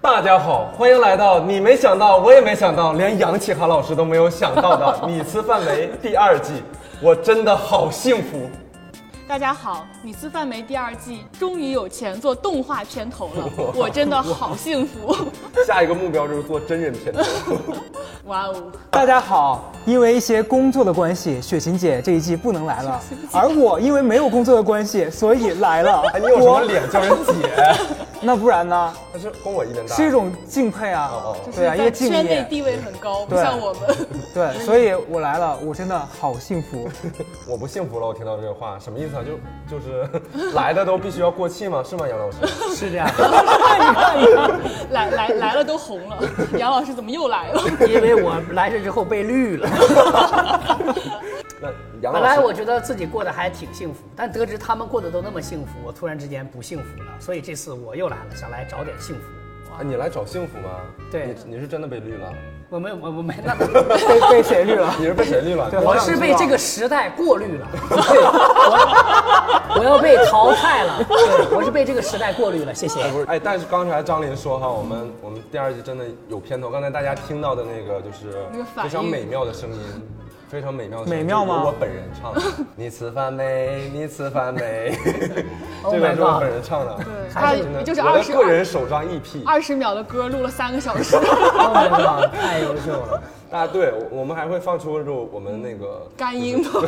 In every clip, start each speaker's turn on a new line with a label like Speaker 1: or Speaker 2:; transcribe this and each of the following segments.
Speaker 1: 大家好，欢迎来到你没想到，我也没想到，连杨启涵老师都没有想到 的《你吃饭没》第二季，我真的好幸福。
Speaker 2: 大家好，《你吃饭没》第二季终于有钱做动画片头了，我真的好幸福。
Speaker 1: 下一个目标就是做真人片头。
Speaker 2: 哇哦！
Speaker 3: 大家好，因为一些工作的关系，雪琴姐这一季不能来了，而我因为没有工作的关系，所以来 了。
Speaker 1: 哎，你有什么脸叫人姐？
Speaker 3: 那不然呢？
Speaker 1: 但是跟我一年大，
Speaker 3: 是一种敬佩啊，
Speaker 1: 哦哦
Speaker 3: 对啊，一个
Speaker 2: 在
Speaker 3: 敬
Speaker 2: 圈内
Speaker 3: 业，
Speaker 2: 地位很高，不
Speaker 3: 对
Speaker 2: 像我们。
Speaker 3: 对，所以我来了，我真的好幸福。
Speaker 1: 我不幸福了。我听到这个话什么意思啊？就就是来的都必须要过气吗？是吗，杨 老师？
Speaker 3: 是这样，你看你看，
Speaker 2: 来来来了都红了，杨老师怎么又来了？
Speaker 4: 因为我来这之后被绿 了。
Speaker 1: 那杨老
Speaker 4: 本
Speaker 1: 师，
Speaker 4: 来我觉得自己过得还挺幸福，但得知他们过得都那么幸福，我突然之间不幸福了。所以这次我又来了，想来找点幸福。
Speaker 1: 哎你来找幸福吗？
Speaker 4: 对
Speaker 1: 你你是真的被绿了？
Speaker 4: 我没有，我我没那，
Speaker 3: 被被谁 绿了？
Speaker 1: 你是被谁绿了？
Speaker 4: 我是被这个时代过滤了。 对，我我要被淘汰了。对，我是被这个时代过滤了。谢谢。
Speaker 1: 哎，不是，哎，但是刚才张琳说哈，我们我们第二季真的有片头，刚才大家听到的那个就是
Speaker 2: 那个反应
Speaker 1: 非常美妙的声音。非常美妙的声音，
Speaker 3: 美妙吗
Speaker 1: 就是我本人 唱的。你吃饭没？你吃饭没？
Speaker 4: Oh
Speaker 1: 这个
Speaker 4: my
Speaker 1: 是我本
Speaker 4: god！
Speaker 1: 人唱
Speaker 2: Oh
Speaker 1: 的，
Speaker 2: 他
Speaker 1: 真的
Speaker 2: 就是
Speaker 1: 我
Speaker 2: 二
Speaker 1: 的
Speaker 2: 十
Speaker 1: 个人首张 E EP。
Speaker 2: 二十秒的歌录了三个小时，
Speaker 4: Oh my god！太优秀了。
Speaker 1: 大家啊对，我我们还会放出就我们那个
Speaker 2: 嗯干 音头。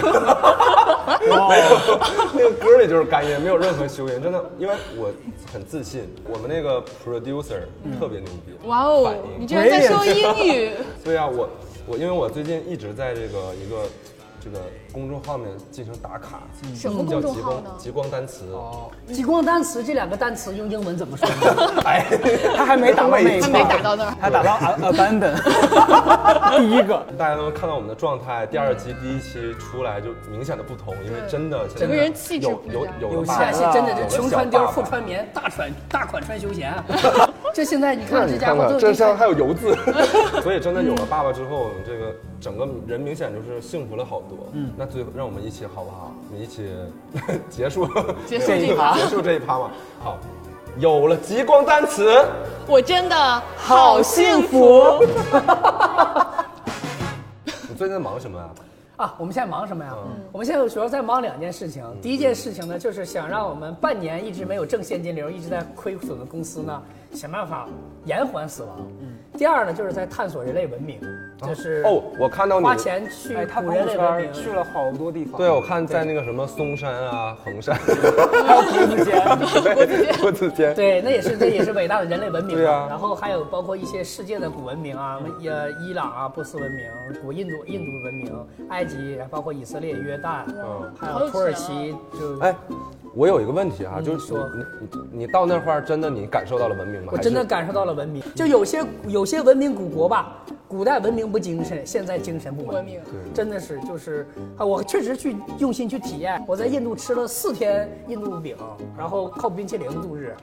Speaker 1: 没有，那个歌里就是干音，没有任何修音，真的，因为我很自信，我们那个 producer 特别牛逼，
Speaker 2: 嗯哇
Speaker 1: 反
Speaker 2: 哦，
Speaker 1: 应
Speaker 2: 你居然在说英语？
Speaker 1: 对啊，我我因为我最近一直在这个一个这个公众号里面进行打卡，
Speaker 2: 什么
Speaker 1: 叫
Speaker 2: 嗯公众
Speaker 1: 极
Speaker 2: 号
Speaker 1: 光
Speaker 2: 呢？
Speaker 1: 极光单词。
Speaker 4: 极光单词这两个单词用英文怎么 说呢？
Speaker 1: 哎，
Speaker 3: 他还没打到那一
Speaker 2: 他
Speaker 3: 块，
Speaker 2: 没打到那儿。
Speaker 3: 他打到 a- abandon，第一个。
Speaker 1: 大家都能看到我们的状态，第二期、第一期出来就明显的不同，因为
Speaker 2: 嗯对
Speaker 1: 真的现在
Speaker 2: 整个人气质
Speaker 1: 有
Speaker 2: 不一
Speaker 1: 有
Speaker 2: 样
Speaker 1: 有
Speaker 3: 有
Speaker 1: 了爸
Speaker 4: 现
Speaker 1: 爸
Speaker 4: 在是真的，
Speaker 1: 有
Speaker 4: 这
Speaker 1: 了
Speaker 4: 穷
Speaker 1: 小
Speaker 4: 穿貂
Speaker 1: 爸
Speaker 4: 富
Speaker 1: 爸
Speaker 4: 穿棉，大款大款穿休闲啊。这现在你看这家伙都已经
Speaker 1: 这上还有油 渍， 所以真的有了爸爸之后，这个整个人明显就是幸福了好多。嗯，那最后让我们一起好不好？我们一 起结束
Speaker 2: 结束这一趴
Speaker 1: 结束这一趴嘛。好，有了极光单词，
Speaker 2: 我真的
Speaker 3: 好幸福。
Speaker 1: 你最近在忙什么啊？
Speaker 4: 啊，我们现在忙什么呀？
Speaker 1: 嗯
Speaker 4: 我们现在主要在忙两件事情。第一件事情呢，就是想让我们半年一直没有正现金流，一直在亏损的公司呢，想办法延缓死亡。第二呢，就是在探索人类文明，就是
Speaker 1: 嗯哦，我看到你
Speaker 4: 花钱去
Speaker 3: 哎，他
Speaker 4: 补
Speaker 3: 朋友
Speaker 4: 人类文
Speaker 3: 圈
Speaker 4: 明。
Speaker 3: 去了好多地方。
Speaker 1: 对，我啊看在那个什么嵩山啊、衡山，啊
Speaker 3: 还有胡子间。
Speaker 1: 对，国子监，
Speaker 4: 对，那也是这也是伟大的人类文明。
Speaker 1: 对啊嗯
Speaker 4: 然后还有包括一些世界的古文明啊，呃，伊朗啊、波斯文明、古印度、印度文明、埃及，然后包括以色列、约旦，
Speaker 1: 嗯
Speaker 4: 还
Speaker 2: 好有
Speaker 4: 有土耳
Speaker 2: 钱啊
Speaker 4: 其，就
Speaker 1: 哎。我有一个问题哈、就是
Speaker 4: 说
Speaker 1: 你你你到那块儿真的你感受到了文明吗？
Speaker 4: 我
Speaker 1: 还
Speaker 4: 真的
Speaker 1: 是
Speaker 4: 感受到了文明，就有些有些文明古国吧，古代文明不精神，现在精神不文明
Speaker 2: 不，
Speaker 4: 真的是就是啊，我确实去用心去体验。我在印度吃了四天印度饼，然后靠冰淇淋度日，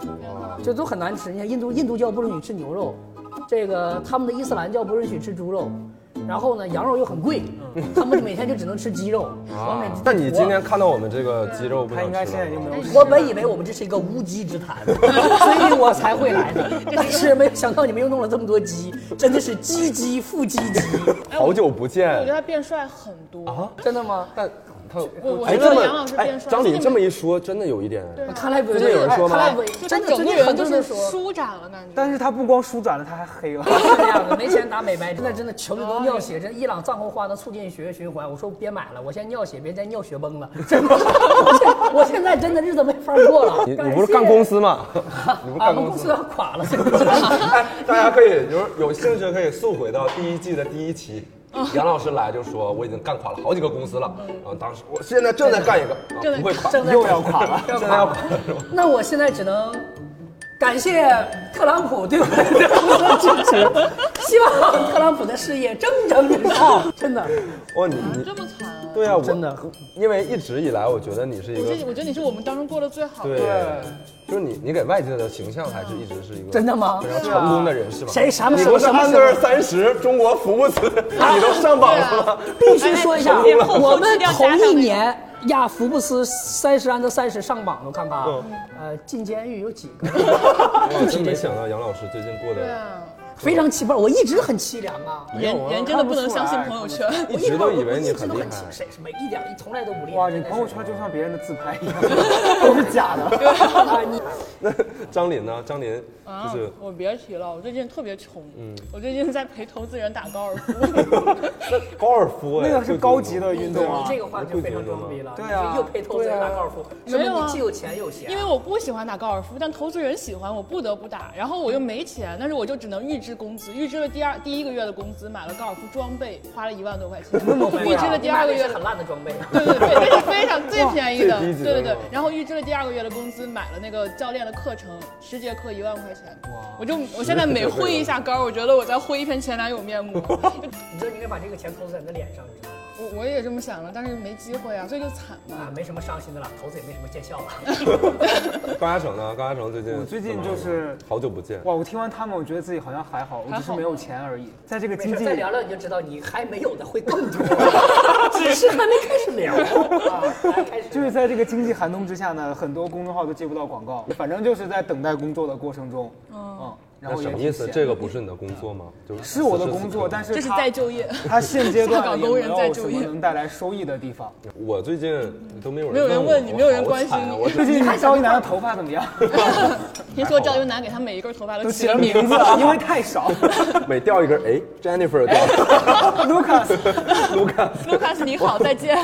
Speaker 4: 这都很难吃。你看印度印度教不允许吃牛肉，这个他们的伊斯兰教不允许吃猪肉，然后呢羊肉又很贵，他们每天就只能吃鸡肉。我每
Speaker 1: 嗯啊。但你今天看到我们这个肌肉，不
Speaker 3: 他
Speaker 1: 想
Speaker 3: 应该
Speaker 1: 吃
Speaker 3: 现在
Speaker 1: 了
Speaker 3: 已经
Speaker 1: 吗
Speaker 3: 没有。
Speaker 4: 我本以为我们这是一个无鸡之 谈，所以我才会来的。 但是没有想到你们又弄了这么多鸡，真的是鸡鸡复鸡鸡，
Speaker 1: 好久不见，
Speaker 2: 我觉得他变帅很多。
Speaker 4: 真的吗？
Speaker 1: 但他
Speaker 2: 我我
Speaker 1: 哎
Speaker 2: 觉得
Speaker 1: 这么
Speaker 2: 杨老师
Speaker 1: 哎
Speaker 2: 变帅
Speaker 1: 张
Speaker 2: 最
Speaker 1: 琳
Speaker 2: 近
Speaker 1: 这么一说，真的有一点。对
Speaker 4: 看来不
Speaker 1: 真的有人说吗
Speaker 4: 哎看来不
Speaker 2: 就他
Speaker 4: 真的
Speaker 2: 整
Speaker 4: 真
Speaker 2: 个
Speaker 4: 的
Speaker 2: 人
Speaker 4: 很
Speaker 2: 就
Speaker 4: 多
Speaker 2: 是
Speaker 4: 人 说。
Speaker 2: 舒展了，感觉。
Speaker 3: 但是他不光舒展了，他还黑了。
Speaker 4: 是这样的，哎没钱打美白针，那真的求的都尿血，这伊朗藏红花能促进血液循环。我说别买了，我先尿血，别再尿血崩了。 真的，我现我现在真的日子没法过了。
Speaker 1: 你你不是干公司吗？ 你不是
Speaker 4: 啊，我
Speaker 1: 干
Speaker 4: 们
Speaker 1: 公
Speaker 4: 公司
Speaker 1: 司吗？
Speaker 4: 要垮了，是不是？
Speaker 1: 哎， 大家可以有有兴趣可以速回到第一季的第一期，杨老师来就说我已经干垮了好几个公司了，然后当时我现在正在干一个，啊
Speaker 2: 正在
Speaker 1: 不会垮，
Speaker 4: 嗯正在
Speaker 3: 又要垮 了
Speaker 4: 又
Speaker 1: 现在
Speaker 4: 垮
Speaker 1: 要
Speaker 4: 了
Speaker 1: 垮。是吧
Speaker 4: 那我现在只能感谢特朗普对我们的支持，希望特朗普的事业蒸蒸日上。真的，
Speaker 1: 哇，哦你你
Speaker 2: 这么惨啊！
Speaker 1: 对啊，我
Speaker 4: 真的，
Speaker 1: 因为一直以来我觉得你是一
Speaker 2: 我
Speaker 1: 个
Speaker 2: 觉得我觉得你是我们当中过得最好的。
Speaker 1: 对，就是你你给外界的形象还是一直是一个
Speaker 4: 真的吗
Speaker 1: 非？常成功的人是吧？
Speaker 4: 谁啥么
Speaker 1: 你
Speaker 4: 什
Speaker 1: 不
Speaker 4: 么
Speaker 1: 是
Speaker 4: 什么啊
Speaker 1: 安
Speaker 4: 时
Speaker 1: 德尔
Speaker 4: 候？
Speaker 1: 三十中国福布斯，你都上榜了吗？
Speaker 4: 必须说一下，
Speaker 2: 哎哎
Speaker 4: 我们头一年压福布斯三十按照三十上榜都看他
Speaker 1: 嗯，
Speaker 4: 呃，进监狱有几个？
Speaker 1: 我真哎没想到杨老师最近过
Speaker 2: 对
Speaker 1: 得，
Speaker 2: 啊，
Speaker 4: 非常奇葩，我一直很凄凉啊。
Speaker 2: 人
Speaker 1: 没有啊
Speaker 2: 人真的不能相信朋友圈。
Speaker 1: 一直都以为你
Speaker 4: 我一直
Speaker 1: 很
Speaker 4: 都
Speaker 1: 厉
Speaker 4: 很
Speaker 1: 害
Speaker 4: 清，谁什么一点从来都不厉害。
Speaker 3: 哇，你
Speaker 4: 真的是
Speaker 3: 朋友圈就像别人的自拍一样， 都是假的。
Speaker 4: 啊你
Speaker 1: 那张琳呢？张琳
Speaker 2: 啊
Speaker 1: 就是，
Speaker 2: 我别提了，我最近特别穷，
Speaker 1: 嗯
Speaker 2: 我最近在陪投资人打高尔夫，
Speaker 1: 那高尔 夫哎，
Speaker 3: 那个是
Speaker 1: 就
Speaker 3: 高级的运
Speaker 4: 你
Speaker 3: 动啊。
Speaker 4: 这个话就非常装逼了，
Speaker 3: 对啊
Speaker 4: 你又配投资人打高尔夫，说
Speaker 2: 没有
Speaker 4: 明
Speaker 2: 啊
Speaker 4: 你既有钱有闲。
Speaker 2: 因为我不喜欢打高尔夫，但投资人喜欢，我不得不打。然后我又没钱，但是我就只能预支工资，预支了第二第一个月的工资，买了高尔夫装备，花了一万多块钱，
Speaker 1: 啊
Speaker 2: 预支了第二个月
Speaker 4: 啊你买的是很
Speaker 2: 的。
Speaker 4: 烂的装备。啊
Speaker 2: 对对对，那是非常最便宜的，
Speaker 1: 最低级的
Speaker 2: 对对对
Speaker 1: 是吧。
Speaker 2: 然后预支了第二个月的工资，买了那个教练的课程，十节课一万块钱。我就我现在每挥一下杆，我觉得我在挥一片前男友面膜。
Speaker 4: 你知道你应该把这个钱投资在你的脸上，你知道吗？
Speaker 2: 我我也这么想了，但是没机会啊，所以就惨嘛。
Speaker 4: 啊，没什么伤心的了，投资也没什么 见效了。
Speaker 1: 高嘉诚呢？高嘉诚最近
Speaker 3: 我最近
Speaker 1: 怎么
Speaker 3: 就
Speaker 1: 样
Speaker 3: 是
Speaker 1: 好久不见，
Speaker 3: 哇，我听完他们，我觉得自己好像还好，我只
Speaker 2: 还
Speaker 3: 是
Speaker 2: 好
Speaker 3: 没有钱而已。在这个
Speaker 4: 没
Speaker 3: 经
Speaker 4: 事，
Speaker 3: 济
Speaker 4: 再，聊聊你就知道，你还没有的会更 多，只是还没开始聊啊，来开始
Speaker 3: 就是在这个经济寒冬之下呢，很多公众号都接不到广告，反正就是在等待工作的过程中，嗯，然
Speaker 1: 那
Speaker 3: 后也
Speaker 1: 什么
Speaker 3: 挺
Speaker 1: 意思？
Speaker 3: 闲
Speaker 1: 这个不是你的工作 吗？就是
Speaker 3: 是我的工
Speaker 1: 此时此刻
Speaker 3: 作，但是
Speaker 2: 这是
Speaker 3: 它
Speaker 2: 在就业，
Speaker 3: 它现阶
Speaker 2: 下
Speaker 3: 段
Speaker 2: 岗
Speaker 3: 也
Speaker 2: 工
Speaker 3: 没
Speaker 2: 人在
Speaker 3: 有什
Speaker 2: 就
Speaker 3: 么
Speaker 2: 业
Speaker 3: 能带来收益的地方。
Speaker 1: 我最近都没有人
Speaker 2: 没有人
Speaker 1: 我
Speaker 2: 问你
Speaker 1: 我
Speaker 2: 没有人
Speaker 1: 好
Speaker 2: 关心
Speaker 1: 惨啊
Speaker 2: 你
Speaker 1: 我
Speaker 3: 最近赵一楠的头发怎么样？
Speaker 2: 听说赵云楠给他每一根头发都
Speaker 3: 都
Speaker 2: 起
Speaker 3: 起
Speaker 2: 了
Speaker 3: 了
Speaker 2: 名
Speaker 3: 名
Speaker 2: 字。
Speaker 3: 字 啊，因为太少。
Speaker 1: 每掉一根，哎，Jennifer 掉了。
Speaker 3: Lucas，
Speaker 1: Lucas，
Speaker 2: Lucas，你好，再见。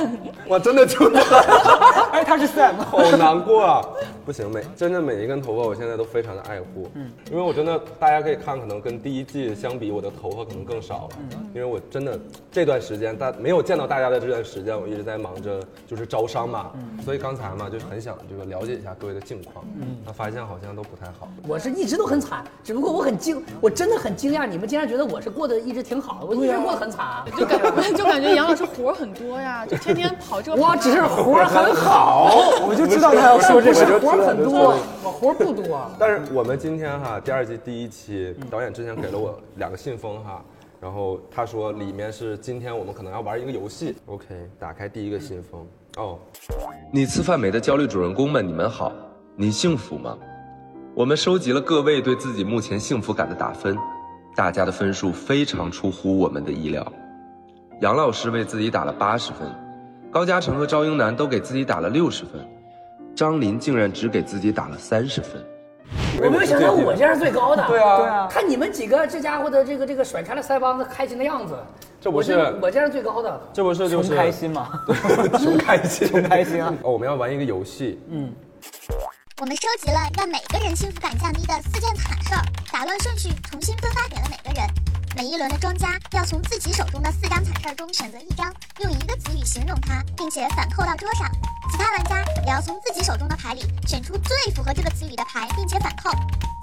Speaker 1: 我真的出来了，
Speaker 3: 哎，他是 Sam。
Speaker 1: 好难过啊！不行，每真的每一根头发，我现在都非常的爱护，嗯，因为我真的，大家可以看，可能跟第一季相比，我的头发可能更少了，因为我真的这段时间，大没有见到大家的这段时间，我一直在忙着就是招商嘛，所以刚才嘛，就是很想这个了解一下各位的近况，嗯，那发现好像都不太好，
Speaker 4: 我是一直都很惨，只不过我很惊，我真的很惊讶，你们竟然觉得我是过得一直挺好的，我一直
Speaker 2: 啊
Speaker 4: 过得很惨。 啊
Speaker 2: 就感就感觉杨老师活儿很多呀，就天天跑这跑那。
Speaker 4: 我只是活儿很好，
Speaker 3: 我就知道他要说这
Speaker 4: 不
Speaker 3: 个。
Speaker 4: 是活儿很多，我活儿不多。啊
Speaker 1: 但是我们今天哈，第二季第一期，导演之前给了我两个信封哈，然后他说里面是今天我们可能要玩一个游戏。OK，打开第一个信封，哦，
Speaker 5: 你吃饭没的焦虑主人公们，你们好，你幸福吗？我们收集了各位对自己目前幸福感的打分，大家的分数非常出乎我们的意料。杨老师为自己打了八十分，高嘉诚和赵英男都给自己打了六十分，张琳竟然只给自己打了三十分。
Speaker 4: 我没有想到我这样是最高的。对
Speaker 1: 啊
Speaker 3: 对啊
Speaker 4: 看你们几个这家伙的这个这个甩开了腮帮子开心的样子，
Speaker 1: 这不是
Speaker 4: 我我这样是最高的。
Speaker 1: 这不是就是
Speaker 3: 穷开，心嘛，
Speaker 1: 穷开心，穷
Speaker 3: 开心啊！
Speaker 1: 哦，我们要玩一个游戏，
Speaker 6: 我们收集了让每个人幸福感降低的四件惨事儿，打乱顺序，重新分发给了每个人。每一轮的庄家要从自己手中的四张惨事儿中选择一张，用一个词语形容它，并且反扣到桌上。其他玩家也要从自己手中的牌里选出最符合这个词语的牌，并且反扣。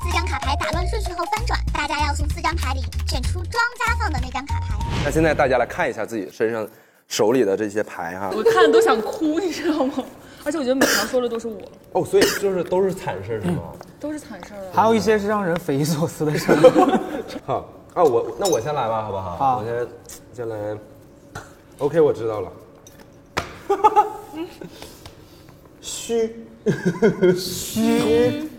Speaker 6: 四张卡牌打乱顺序后翻转，大家要从四张牌里选出庄家放的那张卡牌。
Speaker 1: 那现在大家来看一下自己身上手里的这些牌哈，
Speaker 2: 我看都想哭，你知道吗？而且我觉得每条说的都是我，
Speaker 1: 哦，所以就是都是惨事儿是吗？
Speaker 2: 都是惨事儿啊。
Speaker 3: 还有一些是让人匪夷所思的 事儿。
Speaker 1: 好啊，我那我先来吧，好不好？
Speaker 3: 好
Speaker 1: 我先先来。OK，我知道了。虚虚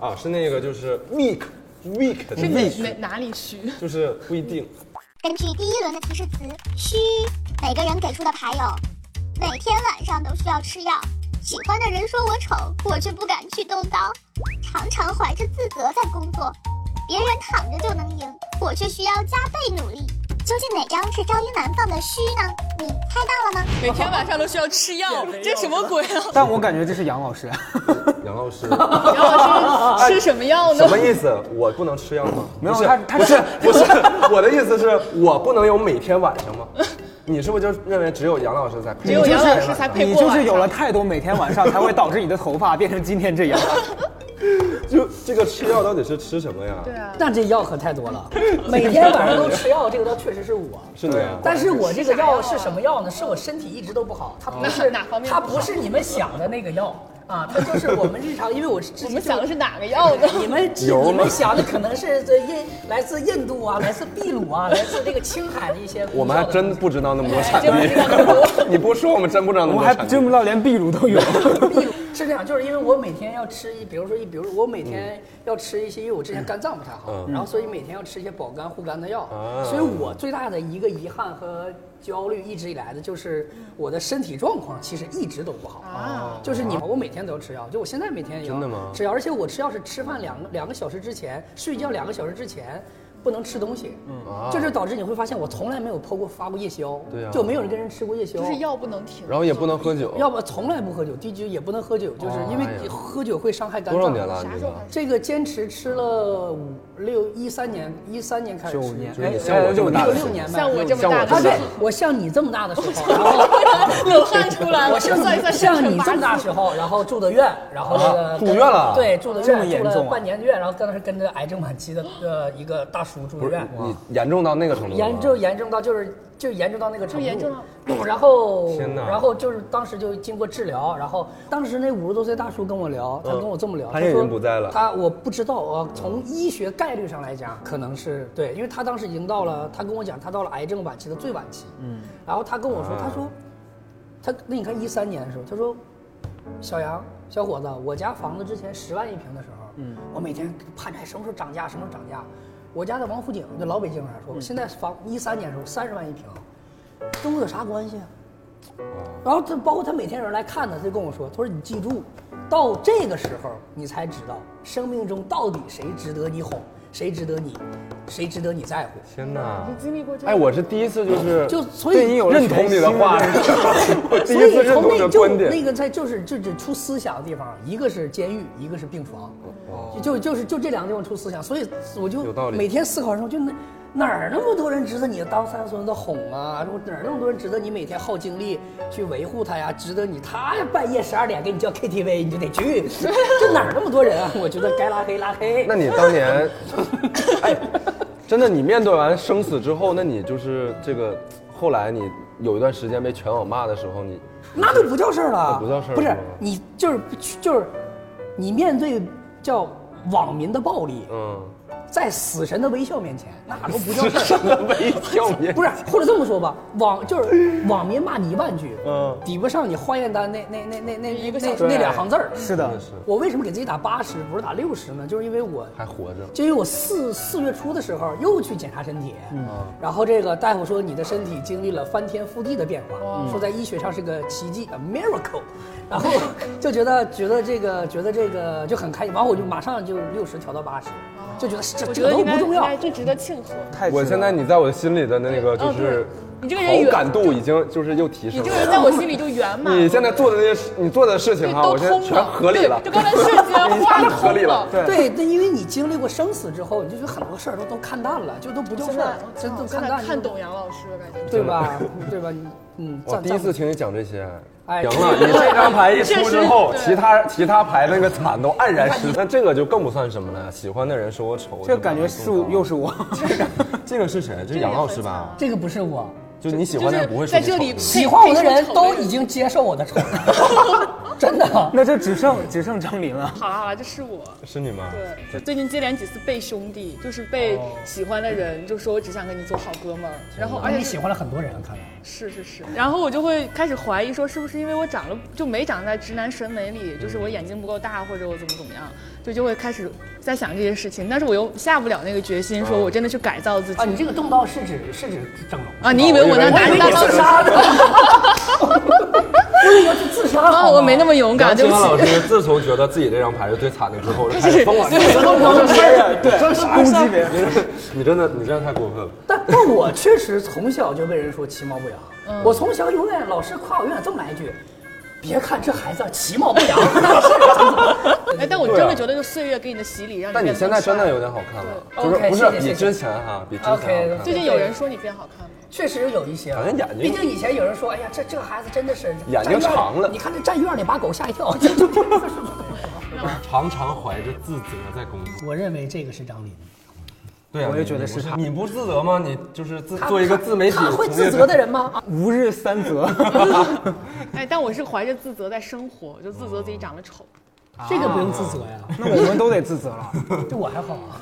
Speaker 1: 啊，是那个就是 weak weak 的
Speaker 2: 是哪
Speaker 1: weak，
Speaker 2: 哪哪里虚？
Speaker 1: 就是不一定。
Speaker 6: 根据第一轮的提示词“虚”，每个人给出的牌有：每天晚上都需要吃药，喜欢的人说我丑，我却不敢去动刀，常常怀着自责在工作，别人躺着就能赢，我却需要加倍努力。究竟哪张是赵一楠放的虚呢？你猜到了吗？
Speaker 2: 每天晚上都需要吃药，这什么鬼 啊？
Speaker 3: 但我感觉这是杨 老师，
Speaker 1: 杨老师
Speaker 2: 杨老 师吃什么药呢
Speaker 1: 什？么意思？我不能吃药吗？
Speaker 3: 没有
Speaker 1: 不是
Speaker 3: 他他
Speaker 1: 不是
Speaker 3: 是
Speaker 1: 不是，我的意思是我不能有每天晚上吗？你是不是就认为只有杨老师才配？
Speaker 2: 只有
Speaker 3: 你就
Speaker 2: 杨
Speaker 3: 是
Speaker 2: 老师才配
Speaker 3: 你
Speaker 2: 过
Speaker 3: 就
Speaker 2: 晚
Speaker 3: 是有
Speaker 2: 上
Speaker 3: 了太多每天晚上才会导致你的头发变成今天 这样。
Speaker 1: 就这个吃药到底是吃什么呀？
Speaker 2: 对啊，
Speaker 4: 那这药可太多了， 每天晚上都吃药，这个倒确实是我。
Speaker 1: 是啊的呀。
Speaker 4: 但是我这个药是什么药呢？是我身体一直都不好，它不
Speaker 2: 那
Speaker 4: 是
Speaker 2: 哪方面
Speaker 4: 它
Speaker 2: 不
Speaker 4: 不是你们想的那个药。啊，它就是我们日常，因为我是
Speaker 2: 我们 想的是哪个药呢？
Speaker 4: 你们知
Speaker 1: 油吗
Speaker 4: 你们想的可能是这印来自印度啊，来自秘鲁啊，来自这个青海的一些。
Speaker 1: 我们还真不知道那么多产
Speaker 2: 真不知道那么
Speaker 1: 地， 你不说我们真不知道那
Speaker 3: 我
Speaker 1: 么多
Speaker 3: 们还
Speaker 1: 产
Speaker 3: 真不
Speaker 1: 地。
Speaker 3: 知道连秘鲁 都有。
Speaker 4: 秘鲁 是这样，就是因为我每天要吃一，比如说一，比如我每天要吃一些，因为我之前肝脏不太好，
Speaker 1: 嗯
Speaker 4: 然后所以每天要吃一些保肝护肝的药，
Speaker 1: 啊
Speaker 4: 所以我最大的一个遗憾和焦虑一直以来的就是我的身体状况其实一直都不好。
Speaker 2: 啊，
Speaker 4: 就是你，我每天都要吃药，就我现在每天也要
Speaker 1: 真的吗
Speaker 4: 吃药，而且我吃药是吃饭两个两个小时之前，睡觉两个小时之前。不能吃东西，
Speaker 1: 啊
Speaker 4: 这就导致你会发现我从来没有剖过发过夜宵，
Speaker 1: 对啊
Speaker 4: 就没有人跟人吃过夜宵，
Speaker 2: 就是药不能停，
Speaker 1: 然后也不能喝酒，
Speaker 4: 要不从来不喝酒，第一也不能喝酒，就是
Speaker 1: 哦
Speaker 4: 因为
Speaker 1: 哎呀
Speaker 4: 喝酒会伤害肝脏。
Speaker 1: 多少年了？
Speaker 2: 啥
Speaker 1: 你
Speaker 2: 时
Speaker 1: 这
Speaker 2: 候
Speaker 1: 个
Speaker 2: 开始？
Speaker 4: 这个坚持吃了五六一三年，一三年开始吃，
Speaker 3: 九年
Speaker 1: 就是你
Speaker 4: 哎
Speaker 1: 像我这么大的
Speaker 4: 六
Speaker 1: 时候
Speaker 4: 年吧，
Speaker 2: 像我这么
Speaker 1: 像我
Speaker 2: 大
Speaker 1: 这
Speaker 4: 啊，
Speaker 1: 么
Speaker 2: 的
Speaker 4: 对
Speaker 1: 大，
Speaker 4: 我像你这么大的时候，然后
Speaker 2: 冷汗出来了，
Speaker 4: 我像
Speaker 2: 算一
Speaker 4: 你
Speaker 2: 算
Speaker 4: 像你这么大
Speaker 2: 时
Speaker 4: 时候，然后住的院，然后那个
Speaker 1: 啊住院了
Speaker 4: 对，住的院
Speaker 3: 这么严重啊
Speaker 4: 住了半年的院，然后当时跟着癌症晚期的呃一个大叔住
Speaker 1: 不是
Speaker 4: 的院，啊
Speaker 1: 你严重到那个程度吗？
Speaker 4: 严就严重到就是就严重到那个程
Speaker 2: 就哦
Speaker 4: 度，
Speaker 2: 严重到
Speaker 4: 然后
Speaker 1: 天哪
Speaker 4: 然后就是当时就经过治疗，然后当时那五十多岁大叔跟我聊，他
Speaker 1: 嗯
Speaker 4: 跟我这么聊，
Speaker 1: 他
Speaker 4: 说
Speaker 1: 也已经不在了
Speaker 4: 他我不知道啊，从医学概率上来讲，可能是对，因为他当时已经到了，他跟我讲他到了癌症晚期的最晚期，嗯，然后他跟我说，
Speaker 1: 啊
Speaker 4: 他说他那你看一三年的时候，他说小杨小伙子，我家房子之前十万一平的时候，嗯，我每天盼着哎什么时候涨价，什么时候涨价。我家在王府井，就老北京人
Speaker 1: 嗯
Speaker 4: 说，现在房一三年的时候三十万一平，跟我有啥关系啊？然后他包括他每天有人来看他，他就跟我说，他说你记住，到这个时候你才知道生命中到底谁值得你哄，谁值得你，谁值得你在乎。
Speaker 1: 天哪！
Speaker 2: 你经历过这个
Speaker 1: 哎，我是第一次就是
Speaker 4: 就所以
Speaker 3: 这已经有了
Speaker 1: 认同你的话， 我第
Speaker 4: 所
Speaker 1: 一次
Speaker 4: 以
Speaker 1: 认
Speaker 4: 从
Speaker 1: 同你
Speaker 4: 那
Speaker 1: 的
Speaker 4: 就
Speaker 1: 观
Speaker 4: 那
Speaker 1: 点。
Speaker 4: 个在就是就就出思想的地方，一个是监狱，一个是病房，就就是就这两个地方出思想，所以我就
Speaker 1: 哦有道理
Speaker 4: 每天思考的时候就那。哪儿那么多人值得你当三孙子哄啊？我哪儿那么多人值得你每天耗精力去维护他呀？值得你他半夜十二点给你叫 KTV 你就得去，这哪儿那么多人啊？我觉得该拉黑拉黑。
Speaker 1: 那你当年， 哎，真的，你面对完生死之后，那你就是这个，后来你有一段时间被全网骂的时候，你
Speaker 4: 那都不叫事儿了，
Speaker 1: 那不叫事儿
Speaker 4: 不是
Speaker 1: 是吗
Speaker 4: 你就是就是你面对叫网民的暴力，
Speaker 1: 嗯，
Speaker 4: 在死神的微笑面前，那都不叫事儿。
Speaker 1: 真的微笑面，
Speaker 4: 不是，或者这么说吧，网就是网民骂你一万句，
Speaker 1: 嗯
Speaker 4: 抵不上你化验单那那那那那
Speaker 2: 一
Speaker 4: 那
Speaker 2: 个
Speaker 4: 那
Speaker 2: 小
Speaker 4: 那两行字儿。
Speaker 3: 是的，
Speaker 1: 是
Speaker 4: 我为什么给自己打八十，不是打六十呢？就是因为我
Speaker 1: 还活着。
Speaker 4: 就因为我四四月初的时候又去检查身体，然后这个大夫说你的身体经历了翻天覆地的变化，说在医学上是个奇迹，a miracle，然后就觉得觉得这个觉得这个就很开心，完我就马上就六十调到八十，就觉得这
Speaker 2: 我
Speaker 4: 这
Speaker 2: 觉
Speaker 4: 个
Speaker 2: 得
Speaker 4: 都
Speaker 2: 应该
Speaker 4: 不重要
Speaker 2: 应该，这值得庆贺。
Speaker 3: 太值
Speaker 1: 我
Speaker 3: 了
Speaker 1: 现在你在我心里的那个就
Speaker 2: 嗯
Speaker 1: 是
Speaker 2: 对，你这个人
Speaker 1: 好
Speaker 2: 远
Speaker 1: 感度已经就是又提
Speaker 2: 你
Speaker 1: 升
Speaker 2: 这个人
Speaker 1: 了。
Speaker 2: 在我心里就圆满了。
Speaker 1: 你现在做的那些事，你做的事情
Speaker 2: 对
Speaker 1: 哈，
Speaker 2: 都
Speaker 1: 我现在
Speaker 2: 通
Speaker 1: 全合理了
Speaker 2: 对。就刚才 瞬间
Speaker 1: 你
Speaker 2: 话
Speaker 1: 太合
Speaker 2: 通
Speaker 1: 理了
Speaker 2: 了。
Speaker 3: 对
Speaker 4: 对，那因为你经历过生死之后，你就觉得很多事儿都都看淡了，就都不叫
Speaker 2: 真
Speaker 4: 事儿
Speaker 2: 的，，
Speaker 4: 真都
Speaker 2: 我
Speaker 4: 看
Speaker 2: 现
Speaker 4: 淡
Speaker 2: 在
Speaker 4: 了，
Speaker 2: 看懂杨老师了，感觉。
Speaker 4: 对吧？ 对吧？你嗯，
Speaker 1: 我
Speaker 4: 赞
Speaker 1: 第一
Speaker 4: 赞
Speaker 1: 次听你讲这些，
Speaker 4: 哎
Speaker 1: 赢了！你这张牌一出之后，
Speaker 2: 确实对
Speaker 1: 其他其他牌那个惨都黯然失色。那这个就更不算什么了，喜欢的人说我丑，
Speaker 3: 这
Speaker 1: 就
Speaker 3: 感觉是我又是我，
Speaker 1: 这个是谁？这是杨老师吧？
Speaker 4: 这个不是我，
Speaker 1: 就你喜
Speaker 2: 就
Speaker 1: 欢的
Speaker 2: 是
Speaker 1: 人不会说
Speaker 2: 在
Speaker 1: 你
Speaker 2: 这
Speaker 1: 丑
Speaker 2: 里
Speaker 1: 的
Speaker 4: 喜欢我的人都已经接受我的丑，真的。
Speaker 3: 那这只剩只剩张琳了。
Speaker 2: 好了好了，这是我。
Speaker 1: 是你吗？
Speaker 2: 对，最近接连几次被兄弟，就是被
Speaker 1: 哦
Speaker 2: 喜欢的人就说我只想跟你做好哥们儿，然后而且
Speaker 4: 啊你
Speaker 2: 是
Speaker 4: 喜欢了很多人，看来
Speaker 2: 是是是，然后我就会开始怀疑说，是不是因为我长得就没长在直男审美里，就是我眼睛不够大，或者我怎么怎么样，就就会开始在想这些事情，但是我又下不了那个决心，说我真的去改造自己
Speaker 4: 啊，你这个动刀是指是指整容，
Speaker 2: 啊！你以为我能拿着大刀
Speaker 4: 自杀的，我以为是自杀
Speaker 2: 啊？我没那么勇敢，
Speaker 1: 杨
Speaker 2: 对
Speaker 1: 清
Speaker 2: 不
Speaker 1: 安老
Speaker 2: 起。
Speaker 1: 师自从觉得自己这张牌是最惨的之后，就开始疯了。
Speaker 3: 对，攻击别人。
Speaker 1: 你真的，你真的太过分了。
Speaker 4: 但但我确实从小就被人说其貌不扬，我从小永远老师夸我，永远这么来一句：别看这孩子其貌不扬。
Speaker 2: 哎，但我真的觉得，就岁月给你的洗礼，让
Speaker 1: 啊
Speaker 2: 你
Speaker 1: 但你
Speaker 2: 变得
Speaker 1: 现在真的
Speaker 2: 帅
Speaker 1: 有点好看了，
Speaker 4: 对
Speaker 1: 就是
Speaker 4: OK，
Speaker 1: 不
Speaker 4: 谢
Speaker 1: 是
Speaker 4: 谢
Speaker 1: 比
Speaker 4: 谢谢
Speaker 1: 之前哈，比之前好
Speaker 4: OK，
Speaker 1: 看
Speaker 4: 对
Speaker 2: 最近有人说你变好看吗？
Speaker 4: 确实有一些，
Speaker 1: 好像眼睛
Speaker 4: 毕竟以前有人说，哎呀，这这个孩子真的是
Speaker 1: 眼睛
Speaker 4: 站院里
Speaker 1: 长了
Speaker 4: 你看这站院里把狗吓一跳。
Speaker 1: 常常怀着自责在工作。
Speaker 4: 我认为这个是张琳，
Speaker 1: 对啊，
Speaker 3: 我也
Speaker 1: 你
Speaker 3: 觉得
Speaker 1: 你
Speaker 3: 是他
Speaker 1: 你不自责吗？你就是自
Speaker 4: 他
Speaker 1: 做一个自媒体
Speaker 4: 他会
Speaker 1: 从
Speaker 4: 自
Speaker 1: 业
Speaker 4: 责的人吗？啊
Speaker 3: 吾日三责。
Speaker 2: 哎，但我是怀着自责在生活，就自责自己长得
Speaker 1: 哦
Speaker 2: 丑。
Speaker 4: 这个不用自责呀，
Speaker 3: 那我们都得自责了。
Speaker 4: 对我还好啊。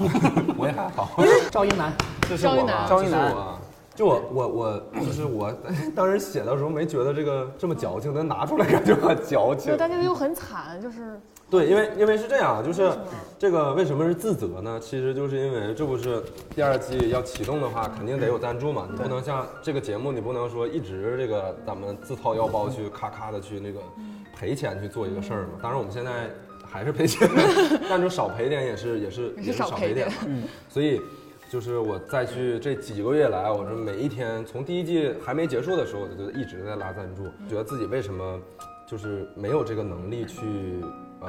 Speaker 1: 我也还好，
Speaker 4: 赵英男，
Speaker 1: 这是
Speaker 2: 赵一
Speaker 1: 我
Speaker 2: 楠
Speaker 1: 吧，
Speaker 3: 赵一
Speaker 1: 这是
Speaker 3: 楠
Speaker 1: 我啊。就我我我就是我，当时写的时候没觉得这个这么矫情，但拿出来感觉很矫情
Speaker 2: 对，。但这个又很惨，就是
Speaker 1: 对，因为因为是这样，啊就是这个为什么是自责呢？其实就是因为这不是第二季要启动的话，肯定得有赞助嘛，你不能像这个节目，你不能说一直这个咱们自掏腰包去咔咔的去那个赔钱去做一个事儿嘛。当然我们现在还是赔 钱，但就少赔点也是也是
Speaker 2: 也是
Speaker 1: 也是
Speaker 2: 少
Speaker 1: 少
Speaker 2: 赔
Speaker 1: 赔点
Speaker 2: 点
Speaker 1: 嘛。 所以就是我再去这几个月来，我这每一天从第一季还没结束的时候，我就一直在拉赞助，觉得自己为什么就是没有这个能力去呃，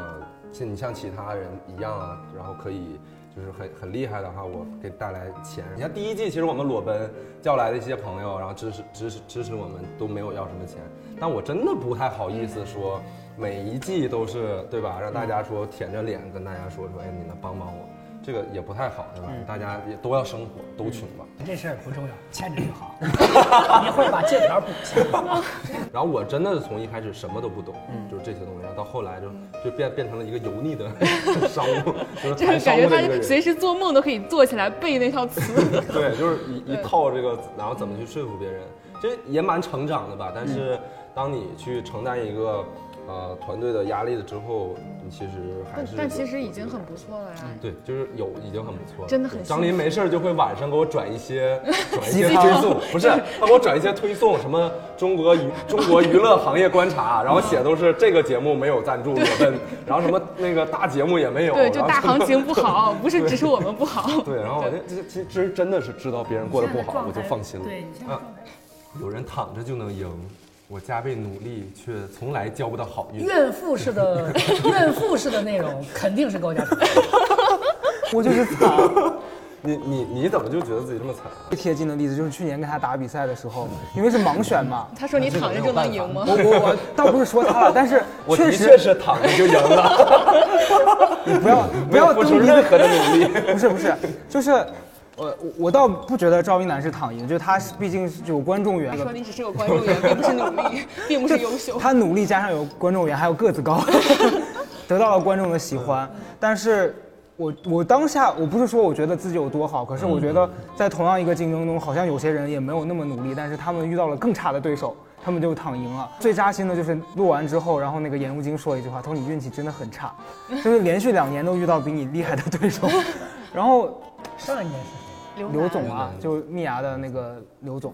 Speaker 1: 像你像其他人一样啊，然后可以。就是很很厉害的话，我给带来钱。你看第一季，其实我们裸奔叫来的一些朋友，然后支持支持支持我们，都没有要什么钱。但我真的不太好意思说每一季都是对吧？让大家说舔着脸跟大家说说，哎，你能帮帮我。这个也不太好，对吧？
Speaker 2: 嗯
Speaker 1: 大家也都要生活，都穷吧。
Speaker 4: 这事儿不重要，欠着就 好。一会儿把借条补上。
Speaker 1: 然后我真的是从一开始什么都不懂，
Speaker 2: 嗯
Speaker 1: 就是这些东西，然后到后来就就变变成了一个油腻 的商务，就是
Speaker 2: 就是
Speaker 1: 谈商
Speaker 2: 感觉
Speaker 1: 务的一个
Speaker 2: 他
Speaker 1: 人。
Speaker 2: 随时做梦都可以坐起来背那套词。
Speaker 1: 对，就是一一套这个，然后怎么去说服别人，这也蛮成长的吧。但是
Speaker 2: 嗯
Speaker 1: 当你去承担一个呃团队的压力了之后，你其实还
Speaker 2: 但
Speaker 1: 是嗯
Speaker 2: 但其实已经很不错了呀。
Speaker 1: 对，就是有已经很不错了，
Speaker 2: 真的很
Speaker 1: 张琳没事儿就会晚上给我转一些 转一
Speaker 3: 鸡
Speaker 1: 些
Speaker 3: 汤
Speaker 1: 推送，不是他给我转一些推送，什么中国娱中国娱乐行业观察，啊然后写都是这个节目没有赞助裸奔，然后什么那个大节目也没有，
Speaker 2: 对，就
Speaker 1: 然后
Speaker 2: 大
Speaker 1: 什么
Speaker 2: 行情不好，不是只是我们不好。
Speaker 1: 对，然后我就这其实真的是知道别人过得不好，我就放心了。对，啊， 有人躺着就能赢，我加倍努力却从来交不到好运。
Speaker 4: 怨妇式的怨妇式的内容肯定是高价值。
Speaker 3: 我就是惨。
Speaker 1: 你你你怎么就觉得自己这么惨啊？
Speaker 3: 最贴近的例子就是去年跟他打比赛的时候，因为是盲选嘛，
Speaker 2: 他说你躺着就能赢吗
Speaker 3: 我？我我倒不是说他了，但是
Speaker 1: 我
Speaker 3: 确
Speaker 1: 的
Speaker 3: 实
Speaker 1: 确是躺着就赢了，
Speaker 3: 你不要不
Speaker 1: 没
Speaker 3: 要
Speaker 1: 有付
Speaker 3: 对
Speaker 1: 出
Speaker 3: 你的
Speaker 1: 任何的努力。
Speaker 3: 不是不是，就是我我我倒不觉得赵一楠是躺赢，就是他是毕竟是有观众缘
Speaker 2: 他，说你只是有观众缘，并不是努力，并不是优秀。
Speaker 3: 他努力加上有观众缘，还有个子高， 得到了观众的喜欢。但是我我当下我不是说我觉得自己有多好，可是我觉得在同样一个竞争中，好像有些人也没有那么努力，但是他们遇到了更差的对手。他们就躺赢了。最扎心的就是录完之后，然后那个颜如晶说了一句话，他说你运气真的很差，就是连续两年都遇到比你厉害的 对手。然后
Speaker 4: 上一件事，
Speaker 3: 刘总啊，就蜜芽的那个刘总，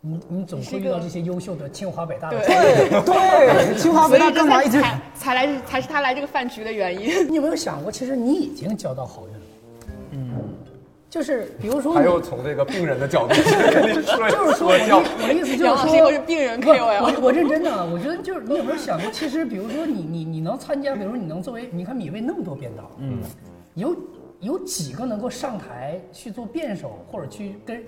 Speaker 4: 你你总会遇到这些优秀的清华北大的。
Speaker 2: 对，
Speaker 3: 对，清华
Speaker 2: 所
Speaker 3: 北
Speaker 2: 以
Speaker 3: 大
Speaker 2: 这
Speaker 3: 干嘛一直？
Speaker 2: 才才来才是他来这个饭局的原因。
Speaker 4: 你有没有想过，其实你已经交到好运了？嗯，就是比如说
Speaker 1: 还
Speaker 4: 你，
Speaker 1: 有从这个病人的角度 去跟你说，
Speaker 4: 就是说
Speaker 1: 说
Speaker 4: 我的
Speaker 1: 教。
Speaker 4: 我的意思就是
Speaker 2: 杨老师以
Speaker 4: 说
Speaker 2: 后是。病人
Speaker 4: 不，我
Speaker 2: KOL。
Speaker 4: 我认真的，我觉得就是你有没有想过，其实比如说你你你能参加，比如说你能作为，你看米未那么多编导，嗯，有有几个能够上台去做辩手，或者去跟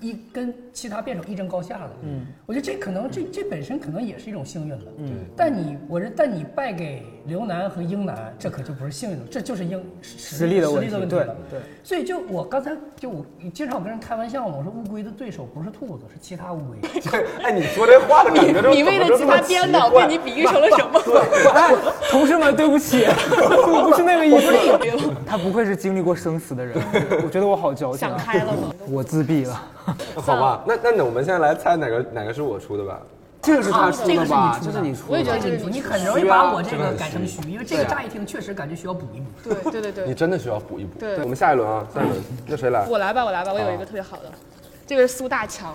Speaker 4: 一一跟其他辩手一争高下的，嗯，我觉得这可能这这本身可能也是一种幸运了，嗯，但你我这但你败给刘楠和英楠，这可就不是幸运了，这就是英实
Speaker 3: 实力的
Speaker 4: 实
Speaker 3: 问
Speaker 4: 力
Speaker 3: 题
Speaker 4: 的问题
Speaker 3: 对
Speaker 4: 了，
Speaker 3: 对。
Speaker 4: 所以就我刚才就我经常我跟人开玩笑嘛，我说乌龟的对手不是兔子，是其他乌龟。
Speaker 1: 哎，你说这话的感觉就
Speaker 2: 你为
Speaker 1: 怎么
Speaker 2: 了
Speaker 1: 就
Speaker 2: 其
Speaker 1: 这么
Speaker 2: 他编导
Speaker 1: 奇怪
Speaker 2: 被你比喻成了什么？
Speaker 3: 哎，同事们，对不起，我不是那个意
Speaker 2: 没有
Speaker 3: 思。他不愧是经历过生死 的人，我觉得我好矫情
Speaker 2: 想
Speaker 3: 啊！
Speaker 2: 开了吗？
Speaker 3: 我自闭了，
Speaker 1: 好吧，那那我们现在来猜哪个哪个是我出的吧？
Speaker 3: 这个是
Speaker 4: 他出的吧啊这个是你
Speaker 3: 出
Speaker 2: 我也觉得这是
Speaker 4: 你
Speaker 2: 你
Speaker 4: 很容易
Speaker 1: 虚
Speaker 4: 把
Speaker 1: 啊
Speaker 4: 我这
Speaker 1: 这个
Speaker 4: 个
Speaker 1: 很
Speaker 4: 改成
Speaker 1: 虚
Speaker 4: 虚，因为这
Speaker 1: 啊
Speaker 4: 个乍一听确实感觉需要补一补。
Speaker 2: 对对对对
Speaker 1: 你，真的需要补一补。
Speaker 2: 对
Speaker 1: 我们下一轮啊，下一轮，那谁来？
Speaker 2: 我来吧，我来吧，我有一个特别好的，这个是苏大强。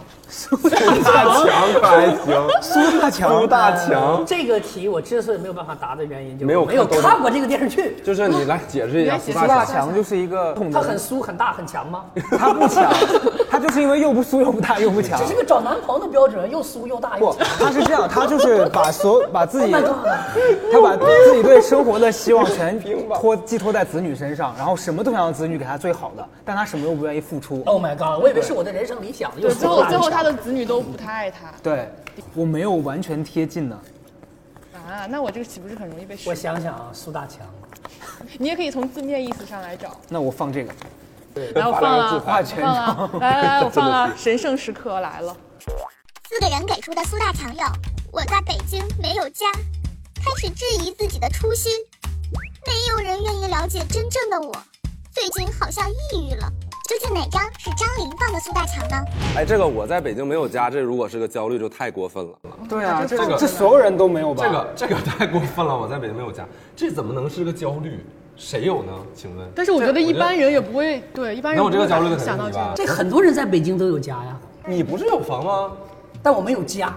Speaker 1: 大强可还行，
Speaker 3: 苏大强
Speaker 1: 苏大强，
Speaker 4: 这个题我之所以没有办法答的原因，就是
Speaker 1: 啊没有
Speaker 4: 我没有
Speaker 1: 看斗
Speaker 4: 看过这个电视剧。
Speaker 1: 就是你来解释一下
Speaker 2: 你来
Speaker 1: 苏
Speaker 2: 解释
Speaker 1: 大
Speaker 3: 苏大
Speaker 1: 强。
Speaker 3: 强就是一个，
Speaker 1: 嗯
Speaker 4: 他很苏很大很强 吗？
Speaker 3: 他不 强，他就是因为又不苏又不大又不强
Speaker 4: 这。是个找男朋友的标准，又苏又大又
Speaker 3: 不，
Speaker 4: 强。
Speaker 3: 他是这样，他就是把所有把自 己
Speaker 4: Oh my god
Speaker 3: 他把自己对生活的希望 全托寄托在子女身上，然后什么都想让子女给他最好的，但他什么又不愿意付出。
Speaker 4: Oh my god！我以为是我的人生理想，又
Speaker 2: 对，
Speaker 4: 苏
Speaker 2: 最
Speaker 4: 又
Speaker 2: 后
Speaker 4: 大
Speaker 2: 最
Speaker 4: 又
Speaker 2: 后
Speaker 4: 强。
Speaker 2: 他的子女都不太爱他
Speaker 3: 对，我没有完全贴近呢。
Speaker 2: 啊，那我这个岂不是很容易被识
Speaker 4: 我
Speaker 2: 破？
Speaker 4: 想想啊，苏大强，
Speaker 2: 你也可以从字面意思上来找，
Speaker 3: 那我放这个，
Speaker 2: 来，我放了，
Speaker 3: 画全
Speaker 2: 放了，来来哎来，我放了，神圣时刻来了。
Speaker 6: 四个人给出的苏大强有：我在北京没有家，开始质疑自己的初心，没有人愿意了解真正的我，最近好像抑郁了。究竟哪张是张琳放的苏大强呢？
Speaker 1: 哎，这个我在北京没有家，这如果是个焦虑就太过分了。
Speaker 3: 对啊，这
Speaker 1: 个
Speaker 3: 这所有人都没有吧？
Speaker 1: 这个这个太过分了，我在北京没有家，这怎么能是个焦虑？谁有呢？请问？
Speaker 2: 但是我觉得一般人也不会对一般人
Speaker 1: 那我这个
Speaker 2: 不会
Speaker 1: 焦虑的
Speaker 2: 想
Speaker 1: 肯定
Speaker 2: 到
Speaker 1: 是
Speaker 2: 这
Speaker 1: 你吧
Speaker 2: 个。
Speaker 4: 这很多人在北京都有家呀，
Speaker 1: 你不是有房吗？
Speaker 4: 但我没有家。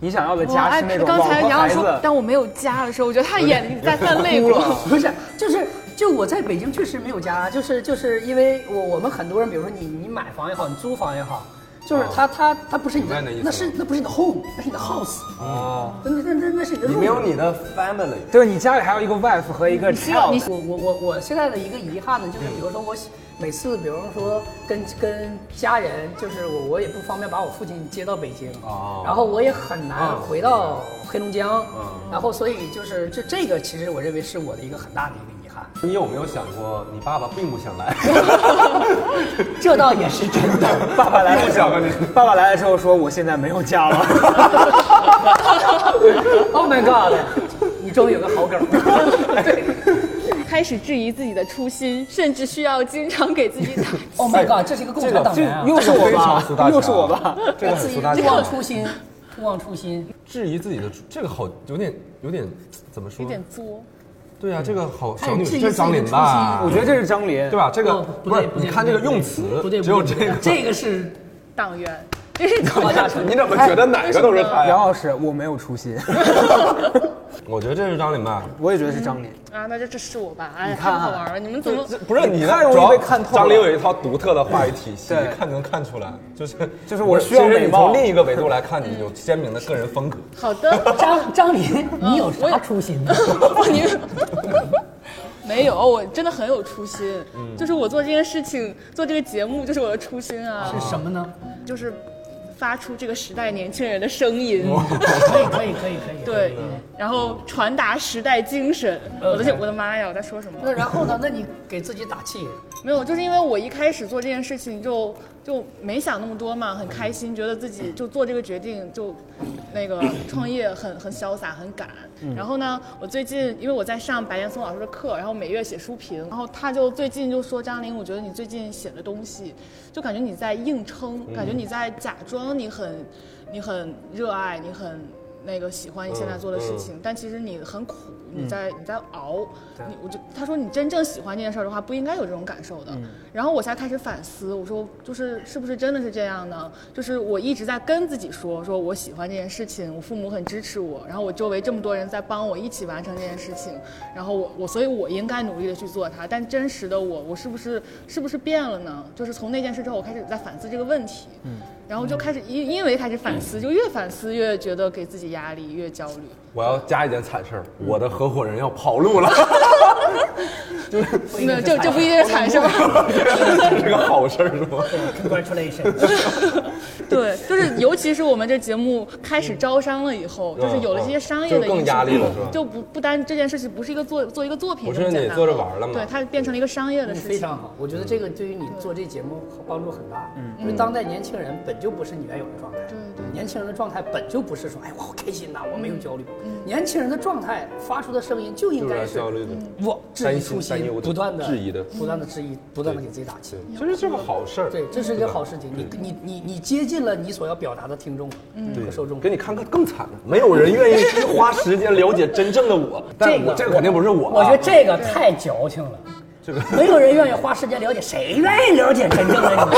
Speaker 3: 你想要的
Speaker 2: 哇
Speaker 3: 家
Speaker 2: 哎
Speaker 3: 是那种
Speaker 2: 刚
Speaker 3: 老婆
Speaker 2: 才杨
Speaker 3: 孩
Speaker 2: 洋说
Speaker 3: 子，，
Speaker 2: 当我没有家的时候，我觉得他眼里在泛泪光。
Speaker 4: 不是，就是就我在北京确实没有家，就是就是因为我我们很多人，比如说你你买房也好，你租房也好，就是
Speaker 1: 哦
Speaker 4: 它它它不是你
Speaker 1: 明白
Speaker 4: 的
Speaker 1: 你的意，思
Speaker 4: 那是那不是你的 home，那是你的 house，
Speaker 1: 哦，
Speaker 4: 那那那那是你的
Speaker 1: 你
Speaker 4: room。
Speaker 1: 没有你的 family。
Speaker 3: 对你家里还有一个 wife 和一个 child，
Speaker 4: 我我我我现在的一个遗憾呢，
Speaker 1: 嗯
Speaker 4: 就是比如说我喜每次，比如说跟跟家人，就是我我也不方便把我父亲接到北京，
Speaker 1: 哦
Speaker 4: 然后我也很难
Speaker 1: 嗯
Speaker 4: 回到黑龙江，
Speaker 1: 嗯
Speaker 4: 然后所以就是这这个其实我认为是我的一个很大的一个遗憾，
Speaker 1: 你有没有想过，你爸爸并不想 来？
Speaker 4: 这倒也是真的。
Speaker 3: 爸爸来
Speaker 1: 我
Speaker 3: 了之
Speaker 1: 想
Speaker 3: 后
Speaker 1: 过你，
Speaker 3: 爸爸来了之后说我现在没有家了。
Speaker 4: Oh my god！你终于有个好梗。 对
Speaker 2: 开始质疑自己的初心，甚至需要经常给自己打。
Speaker 4: ，Oh my god！这是一个共产党
Speaker 3: 这
Speaker 4: 员啊！
Speaker 3: 又是我
Speaker 1: 非常苏大
Speaker 3: 吧，
Speaker 1: 强
Speaker 3: 又是我吧。
Speaker 1: 这个很苏大
Speaker 4: 勿忘
Speaker 1: 强，
Speaker 4: 初心，勿忘初心。
Speaker 1: 质疑自己的这个好有点有点怎么说？
Speaker 2: 有点作，
Speaker 1: 对啊，这个好小
Speaker 4: 哎
Speaker 1: 女，
Speaker 4: 质疑
Speaker 1: 这是张琳吧？
Speaker 3: 我觉得这是张琳
Speaker 1: 对，吧？这个
Speaker 3: 嗯
Speaker 4: 哦
Speaker 1: 不是，你看这个用词
Speaker 4: 不对，，
Speaker 1: 只有
Speaker 4: 不
Speaker 1: 这
Speaker 4: 对
Speaker 1: 个。
Speaker 4: 这个是
Speaker 2: 党员， 这是党
Speaker 4: 高
Speaker 2: 员。
Speaker 4: 大成。
Speaker 1: 怎
Speaker 3: 哎
Speaker 1: 么觉得哪个都是他
Speaker 3: 杨？老师，我没有初心，
Speaker 1: 我觉得这是张琳吧。
Speaker 3: 我也觉得是 张琳。
Speaker 2: 啊，那就这是我吧，哎，
Speaker 3: 你
Speaker 2: 太不
Speaker 3: 看啊
Speaker 2: 好玩了，你们怎么？
Speaker 1: 不是你
Speaker 3: 太容易
Speaker 1: 主要
Speaker 3: 被看透了
Speaker 1: 张琳有一套独特的话语体系，
Speaker 3: 对
Speaker 1: 一看就能看出来，就是
Speaker 3: 就是我需要
Speaker 1: 其实你
Speaker 3: 美貌
Speaker 1: 从另一个维度来看，你有鲜明的个人风格。
Speaker 2: 好的，
Speaker 4: 张张琳，你有啥初心呢？
Speaker 2: 你 没有，我真的很有初心，就是我做这件事情，做这个节目，就是我的初心啊，
Speaker 4: 是什么呢？
Speaker 2: 就是发出这个时代年轻人的声音。
Speaker 4: 可以，可以，可以，可以。
Speaker 2: 对，然后传达时代精神。我的我的妈呀，我在说什么？
Speaker 4: 那然后呢？那你给自己打气。
Speaker 2: 没有，就是因为我一开始做这件事情就就没想那么多嘛，很开心，觉得自己就做这个决定就那个创业很很潇洒，很敢。然后呢，我最近因为我在上白岩松老师的课，然后每月写书评，然后他就最近就说张琳，我觉得你最近写的东西，就感觉你在硬撑，感觉你在假装你很你很热爱，你很。那个喜欢你现在做的事情，但其实你很苦，你在、你在熬，你我就他说你真正喜欢这件事儿的话，不应该有这种感受的。然后我才开始反思，我说就是是不是真的是这样呢？就是我一直在跟自己说，说我喜欢这件事情，我父母很支持我，然后我周围这么多人在帮我一起完成这件事情，然后我我所以我应该努力的去做它。但真实的我，我是不是是不是变了呢？就是从那件事之后，我开始在反思这个问题。
Speaker 1: 嗯
Speaker 2: 然后就开始因因为开始反思，就越反思越觉得给自己压力，越焦虑。
Speaker 1: 我要加一件惨事儿，我的合伙人要跑路了，
Speaker 2: 没有，这这不一定是 惨是吧？
Speaker 1: 这是个好事儿是吗？
Speaker 4: Congratulations！
Speaker 2: 对，就是尤其是我们这节目开始招商了以后，就是有了这些商业的
Speaker 1: 嗯就更
Speaker 2: 因素
Speaker 1: 压力了是吧
Speaker 2: 就不不单这件事情不是一个做做一个作品
Speaker 1: 不
Speaker 2: 这么
Speaker 1: 是
Speaker 2: 简
Speaker 1: 你
Speaker 2: 单
Speaker 1: 坐着玩儿了吗
Speaker 2: 对，它变成了一个商业的事情。
Speaker 4: 嗯非常好，我觉得这个
Speaker 1: 嗯
Speaker 4: 对于你做这节目帮助很大。嗯，因为当代年轻人本就不是你原有的状态。
Speaker 2: 对嗯对嗯
Speaker 4: 年轻人的状态本就不是说，哎，我好开心呐，我没有焦虑。年轻人的状态发出的声音就应
Speaker 1: 就是要
Speaker 4: 该是嗯
Speaker 1: 焦虑的。
Speaker 4: 我质疑初
Speaker 1: 担
Speaker 4: 心
Speaker 1: 忧的，
Speaker 4: 不断的
Speaker 1: 质疑的
Speaker 4: 不断的质疑，不断的给自己打气。
Speaker 1: 其实是个好事儿，
Speaker 4: 对，这是一件好事情。你你你你接近了你所要表达的听众
Speaker 2: 嗯
Speaker 4: 和受众
Speaker 1: 给。你看看更惨的，没有人愿意去花时间了解真正的我。 但
Speaker 4: 这个
Speaker 1: 我这个肯定不是我啊，
Speaker 4: 我觉得这个太矫情了。
Speaker 1: 这个
Speaker 4: 没有人愿意花时间了解，谁愿意了解真正的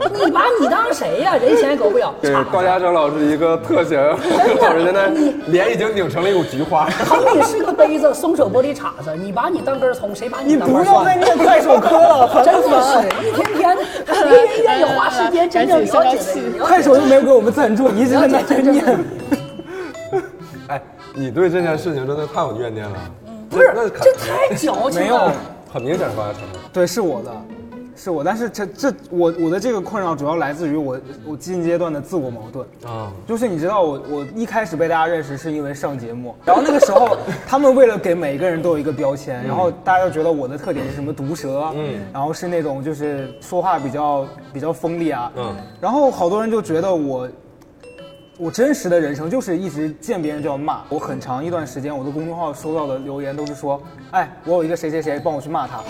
Speaker 4: 你？你把你当谁呀、人前狗不咬，
Speaker 1: 给高嘉诚老师一个特写， 老人现在脸已经拧成了一股菊花。
Speaker 4: 他们也是个杯子，松手玻璃碴子，你把你当根葱，谁把你当根蒜？
Speaker 3: 念快手歌了，很
Speaker 4: 真的是一天天的，没人愿意花时间真正了解的你。
Speaker 3: 快手又没有给我们赞助，你一直在那边念。
Speaker 1: 哎，你对这件事情真的太有怨念了。
Speaker 4: 嗯不是
Speaker 1: 那，肯
Speaker 4: 这太矫情
Speaker 3: 没有
Speaker 4: 了。
Speaker 1: 很明显，高嘉诚。
Speaker 3: 对，是我的。是我，但是这这我我的这个困扰主要来自于我我近阶段的自我矛盾。
Speaker 1: 啊，
Speaker 3: 就是你知道我我一开始被大家认识是因为上节目，然后那个时 候他们为了给每个人都有一个标
Speaker 1: 嗯
Speaker 3: 签，然后大家就觉得我的特点是什么毒舌，嗯，然后是那种就是说话比较比较锋利啊，
Speaker 1: 嗯
Speaker 3: 嗯，然后好多人就觉得我。我真实的人生就是一直见别人就要骂，我很长一段时间我的公众号收到的留言都是说，哎，我有一个谁谁谁帮我去 骂他，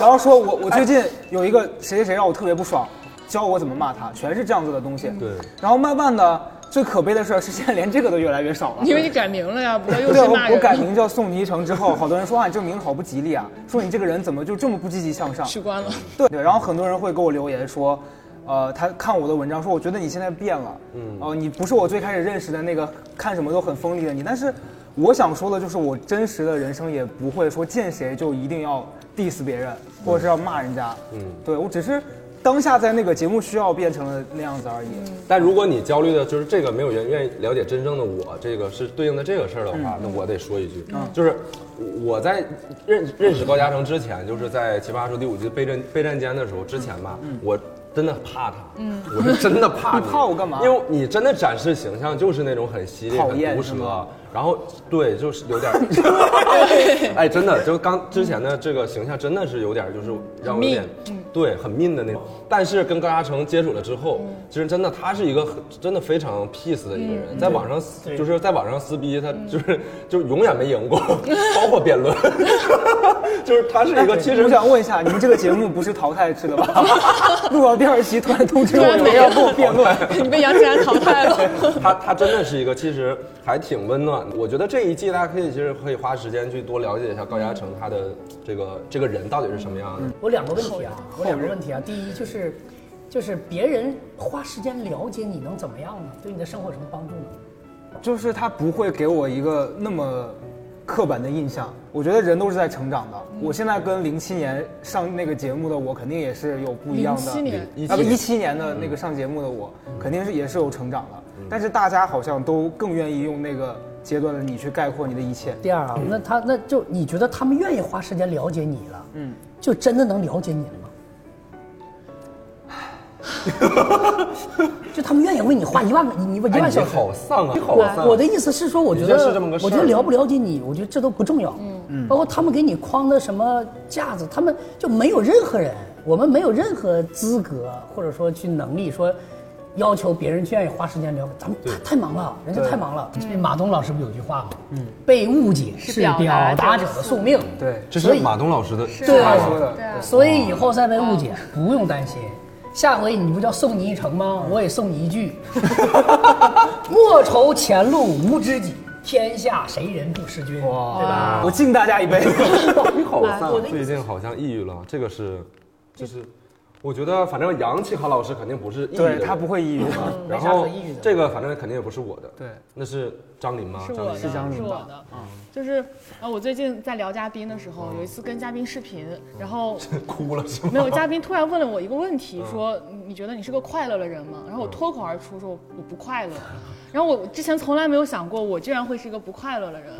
Speaker 3: 然后说我我最近有一个谁谁谁让我特别不爽，教我怎么骂他，全是这样子的东西。
Speaker 1: 对
Speaker 3: 然后慢慢的，最可悲的事儿是现在连这个都越来越少了。
Speaker 2: 因为你改名了呀，不过又
Speaker 3: 对，
Speaker 2: 是
Speaker 3: 我
Speaker 2: 骂
Speaker 3: 我
Speaker 2: 人。
Speaker 3: 改名叫宋尼城之后，好多人说啊，你这个名字好不吉利啊，说你这个人怎么就这么不积极向上？
Speaker 2: 取关了，
Speaker 3: 对对，然后很多人会给我留言说，呃，他看我的文章说，我觉得你现在变了，嗯，哦，你不是我最开始认识的那个看什么都很锋利的你，但是我想说的就是，我真实的人生也不会说见谁就一定要 diss 别人，或者是要骂人家，嗯，对我只是当下在那个节目需要变成了那样子而已，
Speaker 1: 但如果你焦虑的就是这个没有人愿意了解真正的我，这个是对应的这个事儿的
Speaker 3: 嗯
Speaker 1: 话，那我得说一句，就是我在认认识高嘉诚之前，就是在《奇葩说》第五季备战备战间的时候之前吧，我。真的怕他，我是真的怕
Speaker 3: 嗯 你怕我干嘛
Speaker 1: 因为你真的展示形象就是那种很犀利、
Speaker 3: 讨
Speaker 1: 很
Speaker 3: 厌
Speaker 1: 毒
Speaker 3: 是吗
Speaker 1: 舌，然后对，就是有点儿，哎，真的，就刚之前的这个形象真的是有点儿，就是让我有点
Speaker 2: mean，
Speaker 1: 对，很 mean 的那种。但是跟高嘉诚接触了之后，其实真的他是一个很真的非常 peace 的一个人，在网上撕就是在网上撕逼，他就是就永远没赢过，包括辩论， 就是他 是一个其实
Speaker 3: 我想问一下，你们这个节目不是淘汰制的吧？ 录到第二期突然通知
Speaker 2: 突
Speaker 3: 我
Speaker 2: 然没
Speaker 3: 们
Speaker 2: 有
Speaker 3: 要跟我辩论，
Speaker 2: 你被杨紫然淘汰了。
Speaker 1: 他他真的是一个其实还挺温暖的。我觉得这一季大家可以其实可以花时间去多了解一下高嘉诚他的这个这个人到底是什么样的。
Speaker 4: 我两个问题啊，我两个问题啊，第一就是，就是别人花时间了解你能怎么样呢？对你的生活有什么帮助呢？
Speaker 3: 就是他不会给我一个那么刻板的印象。我觉得人都是在成长的。我现在跟零七年上那个节目的我，肯定也是有不一样的。
Speaker 2: 07年
Speaker 1: 一
Speaker 3: 啊不，
Speaker 1: 七
Speaker 3: 一七年的那个上节目的我，肯定是也是有成长的。但是大家好像都更愿意用那个阶段的你去概括你的一切。
Speaker 4: 第二啊，那他那就你觉得他们愿意花时间了解你了，嗯，就真的能了解你了 吗？就他们愿意为你花一万个，你你一
Speaker 1: 哎，
Speaker 4: 万
Speaker 1: 你
Speaker 4: 小时。
Speaker 1: 好丧啊！你好
Speaker 4: 我我的意思是说，我觉
Speaker 1: 你这
Speaker 4: 得
Speaker 1: 是这么个事儿
Speaker 4: 我觉得了不了解你，我觉得这都不重要。嗯包括他们给你框的什么架子，他们就没有任何人，我们没有任何资格或者说去能力说。要求别人去愿意花时间了解，咱们太太忙了，人家太忙了。
Speaker 1: 嗯
Speaker 4: 这马东老师不有句话吗？嗯，被误解是
Speaker 2: 表
Speaker 4: 表
Speaker 2: 达
Speaker 4: 达
Speaker 2: 者
Speaker 4: 者
Speaker 2: 的
Speaker 4: 的宿命。
Speaker 3: 对，
Speaker 1: 这
Speaker 4: 所
Speaker 1: 是
Speaker 4: 以
Speaker 1: 马东老师的
Speaker 2: 是
Speaker 1: 对
Speaker 4: 啊
Speaker 3: 他说的
Speaker 2: 对。啊，
Speaker 4: 所以以后再被误解，不用担心。下回你不叫送你一程吗？我也送你一句： 莫愁前路无知己，天下谁人不识君。对吧？
Speaker 3: 我敬大家一杯。
Speaker 1: 你好丧啊！最近好像抑郁了，这个是，这是，我觉得反正杨启豪老师肯定不是抑郁的嗯人，
Speaker 3: 对他不会抑郁的。
Speaker 1: 然
Speaker 4: 没啥
Speaker 1: 后
Speaker 4: 可抑郁的
Speaker 1: 这个反正肯定也不是我的，
Speaker 3: 对，
Speaker 1: 那是张琳吗？
Speaker 2: 是
Speaker 1: 张
Speaker 2: 我的，
Speaker 1: 琳
Speaker 2: 是
Speaker 3: 张琳
Speaker 2: 我
Speaker 3: 吧
Speaker 2: 的，就是呃，我最近在聊嘉宾的时候，有一次跟嘉宾视频，然后
Speaker 1: 哭了是吗？
Speaker 2: 没有嘉宾突然问了我一个问题，说你觉得你是个快乐的人吗？然后我脱口而出说我不快乐，然后我之前从来没有想过我居然会是一个不快乐的人，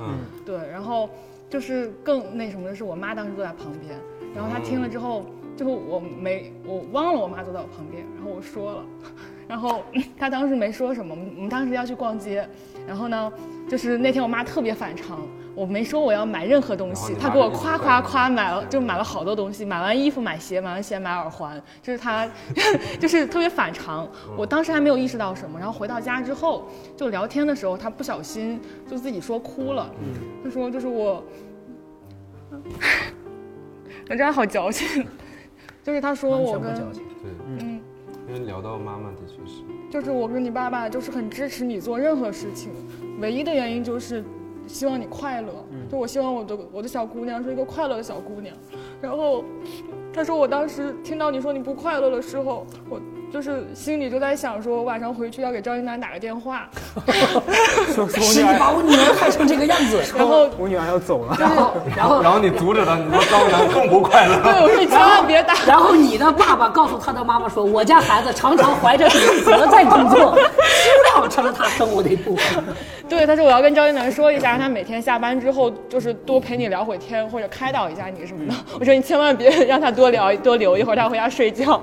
Speaker 2: 对，然后就是更那什么的是我妈当时坐在旁边，然后她听了之后，就是我没我忘了我妈坐在我旁边，然后我说了， 然后她当时没说什么，我们我们当时要去逛街，然后呢，就是那天我妈特别反常。我没说我要买任何东
Speaker 1: 然后
Speaker 2: 西
Speaker 1: 你，妈
Speaker 2: 她给我
Speaker 1: 就一直
Speaker 2: 夸
Speaker 1: 在
Speaker 2: 夸
Speaker 1: 那
Speaker 2: 夸买了，就买了好多东西，买完衣服、买鞋、买完鞋、买耳环，就是她， 就是特别反常。
Speaker 1: 嗯
Speaker 2: 我当时还没有意识到什么，然后回到家之后，就聊天的时候，她不小心就自己说哭了，她说就是我， 我这还好矫情，就是她说我跟
Speaker 1: 对，因为聊到妈妈的确是，
Speaker 2: 就是我跟你爸爸就是很支持你做任何事情，唯一的原因就是希望你快乐。就我希望我的我的小姑娘是一个快乐的小姑娘。然后他说我当时听到你说你不快乐的时候，我就是心里就在想说，我晚上回去要给张一楠打个电话。
Speaker 3: 说说我
Speaker 4: 是
Speaker 3: 女
Speaker 4: 你把
Speaker 3: 儿，
Speaker 4: 我女儿害成这个样子，
Speaker 2: 然后
Speaker 3: 我女儿要走了。
Speaker 4: 然后然后
Speaker 1: 然后你阻止他，你说张楠更不快乐。
Speaker 2: 对我说你千万别打。
Speaker 4: 然后你的爸爸告诉他的妈妈说：“我家孩子常常怀着自责在工作，知道 好成了他生活的一部分。
Speaker 2: 对，他说我要跟赵一楠说一下，让他每天下班之后就是多陪你聊会天，或者开导一下你什么的。我说你千万别 让他多聊多留一会儿，他回家睡觉。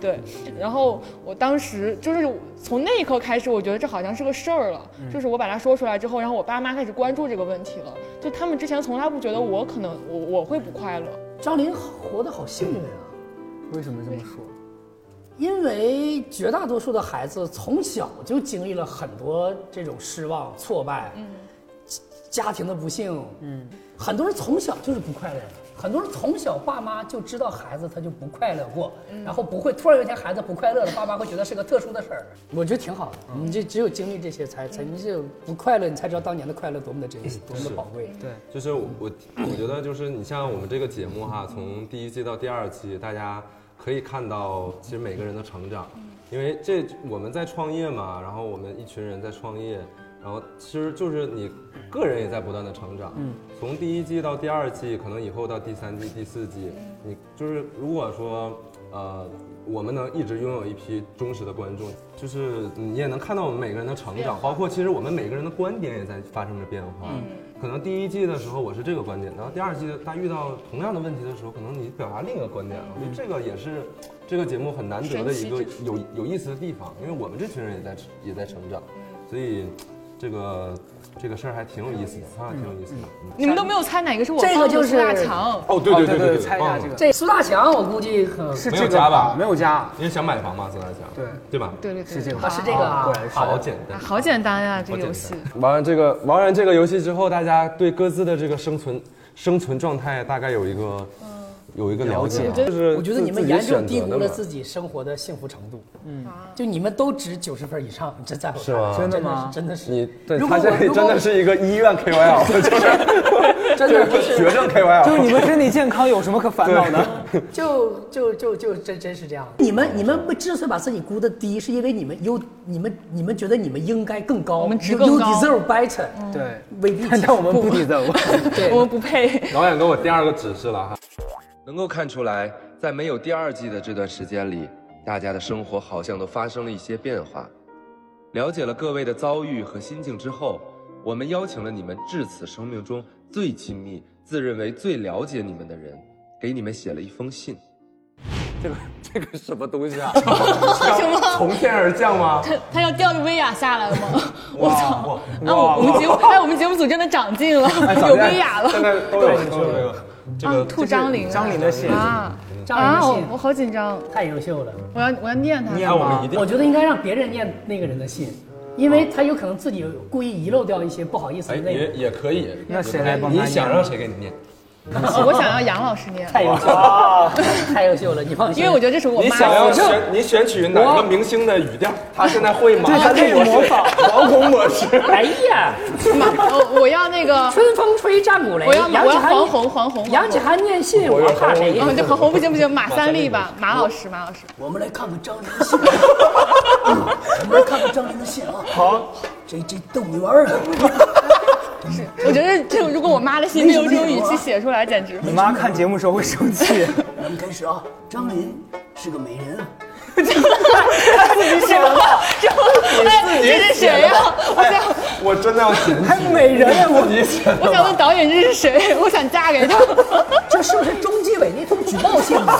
Speaker 2: 对，然后我当时就是从那一刻开始，我觉得这好像是个事儿了，就是我把它说出来之后，然后我爸妈开始关注这个问题了，就他们之前从来不觉得我可能我我会不快乐。
Speaker 4: 张琳活得好幸运啊，
Speaker 3: 为什么这么说？
Speaker 4: 因为绝大多数的孩子从小就经历了很多这种失望、挫败，嗯，家庭的不幸，嗯，很多人从小就是不快乐的。很多人从小爸妈就知道孩子他就不快乐过，然后不会突然有一天孩子不快乐了，爸妈会觉得是个特殊的事儿。嗯我觉得挺好的，你这只有经历这些才才你只有不快乐，你才知道当年的快乐多么的珍惜，多么的宝贵。
Speaker 3: 对，
Speaker 1: 就是我我我觉得就是你像我们这个节目哈，从第一季到第二季，大家可以看到其实每个人的成长，因为这我们在创业嘛，然后我们一群人在创业，然后其实就是你个人也在不断的成长，嗯，从第一季到第二季，可能以后到第三季、第四季，你就是如果说呃。我们能一直拥有一批忠实的观众，就是你也能看到我们每个人的成长，包括其实我们每个人的观点也在发生着变化。可能第一季的时候我是这个观点，然后第二季他遇到同样的问题的时候，可能你表达另一个观点了。我觉得这个也是这个节目很难得的一个
Speaker 2: 神奇
Speaker 1: 有有意思的地方，因为我们这群人也在也在成长，所以这个这个事儿还挺有意思的啊，挺有意思的。嗯
Speaker 2: 你们都没有猜哪个是我
Speaker 4: 这个
Speaker 2: 放的
Speaker 4: 就是
Speaker 2: 苏大强，
Speaker 1: 哦，对
Speaker 3: 哦对猜一下
Speaker 1: 忘了
Speaker 3: 这个，
Speaker 4: 这苏大强，我估计可
Speaker 3: 是
Speaker 1: 没
Speaker 3: 这
Speaker 1: 有
Speaker 3: 个
Speaker 1: 加
Speaker 3: 吧
Speaker 1: 吧
Speaker 3: 没有加，
Speaker 1: 因为想买房嘛，孙大强，
Speaker 3: 对
Speaker 1: 对吧？
Speaker 2: 对对对，
Speaker 3: 是这个
Speaker 4: 啊是这个啊
Speaker 3: 果，然是
Speaker 1: 好简单
Speaker 2: 啊，。好简单呀、这个
Speaker 1: 好简单
Speaker 2: 游戏。
Speaker 1: 玩完这个玩完这个游戏之后，大家对各自的这个生存生存状态大概有一个有一个嗯了
Speaker 2: 啊
Speaker 1: 解。就是
Speaker 4: 我觉得你们
Speaker 1: 自己
Speaker 4: 严重
Speaker 1: 选择
Speaker 4: 低估
Speaker 1: 的
Speaker 4: 了
Speaker 1: 嘛
Speaker 4: 自己生活的幸福程度。嗯，就你们都值九十分以上，这在我
Speaker 1: 是吗
Speaker 4: 看来
Speaker 3: 真的吗
Speaker 4: 真的是，
Speaker 1: 你对
Speaker 4: 如果
Speaker 1: 他
Speaker 4: 我
Speaker 1: 现在
Speaker 4: 如果
Speaker 1: 真的是一个医院 KOL，就是
Speaker 4: 真的不
Speaker 1: 就是
Speaker 4: 是
Speaker 1: 绝症
Speaker 3: 就是
Speaker 1: KOL。
Speaker 3: 你们身体健康有什么可烦恼的？
Speaker 4: 就就就就真真是这样。你们你们不之所以把自己估得低，是因为你们优，你们你们觉得你们应该更高，
Speaker 2: 我们值
Speaker 4: you-
Speaker 2: 更
Speaker 4: you
Speaker 2: 高
Speaker 4: deserve better，、
Speaker 3: 对，
Speaker 4: 未必。
Speaker 3: 但我们不 deserve。
Speaker 4: 对
Speaker 2: 我们不配。
Speaker 1: 导演给我第二个指示了哈，
Speaker 5: 能够看出来，在没有第二季的这段时间里，大家的生活好像都发生了一些变化。了解了各位的遭遇和心境之后，我们邀请了你们至此生命中最亲密、自认为最了解你们的人，给你们写了一封信。
Speaker 1: 这个这个什么东西啊？从天而降 吗？
Speaker 2: 他要吊着威亚下来了吗？我操！ 那
Speaker 1: 哇
Speaker 2: 我我们节目，哎，我们节目组真的长进了，有威亚
Speaker 1: 现
Speaker 2: 了。
Speaker 1: 在都有都有这个这
Speaker 2: 啊，
Speaker 1: 个
Speaker 2: 吐张琳了，
Speaker 3: 张琳的信
Speaker 2: 啊
Speaker 4: 张琳
Speaker 2: 啊！
Speaker 4: 的信
Speaker 2: 我我好紧张，
Speaker 4: 太优秀了。
Speaker 2: 我要我要念他。
Speaker 1: 那我们一定
Speaker 4: 我觉得应该让别人念那个人的信，因为他有可能自己故意遗漏掉一些不好意思
Speaker 1: 啊哎
Speaker 4: 的内
Speaker 1: 也
Speaker 4: 容。
Speaker 1: 也可以。
Speaker 3: 那谁来帮他
Speaker 1: 你
Speaker 3: 念
Speaker 1: 想让谁给你念？
Speaker 2: 我想要杨老师念，
Speaker 4: 太 优秀
Speaker 1: 啊
Speaker 4: 了，太优秀了，你放心。
Speaker 2: 因为我觉得这是我
Speaker 1: 你
Speaker 2: 妈
Speaker 1: 想要
Speaker 2: 我就
Speaker 1: 选你选取哪个明星的语调？他现在会吗？
Speaker 3: 对咱可以模仿
Speaker 1: 毛孔模式。
Speaker 4: 哎呀，
Speaker 2: 妈哦我我要那个，
Speaker 4: 春风吹战鼓擂，
Speaker 2: 我要我
Speaker 4: 杨子
Speaker 2: 要
Speaker 4: 涵
Speaker 2: 黄宏黄宏。
Speaker 4: 杨子涵念信，我怕谁？
Speaker 2: 嗯，对，黄宏不行不行，马三立吧，马老师马老师。
Speaker 4: 我们来看看张琳的信，啊 我们来看看张琳的信啊。好，这这逗你玩儿啊的。是，
Speaker 2: 我觉得这种如果我妈的信没有这种语气写出来，简直
Speaker 3: 你妈看节目时候会生气，
Speaker 7: 我们开始啊，张琳是个美人啊，
Speaker 2: 什么？这哎，这是谁呀？我想
Speaker 1: 我真的要嫌弃
Speaker 3: 还美人啊我。
Speaker 1: 你写
Speaker 2: 我想问导演这是谁？我想嫁 给他。
Speaker 4: 这是不是中纪委那封举报信呢？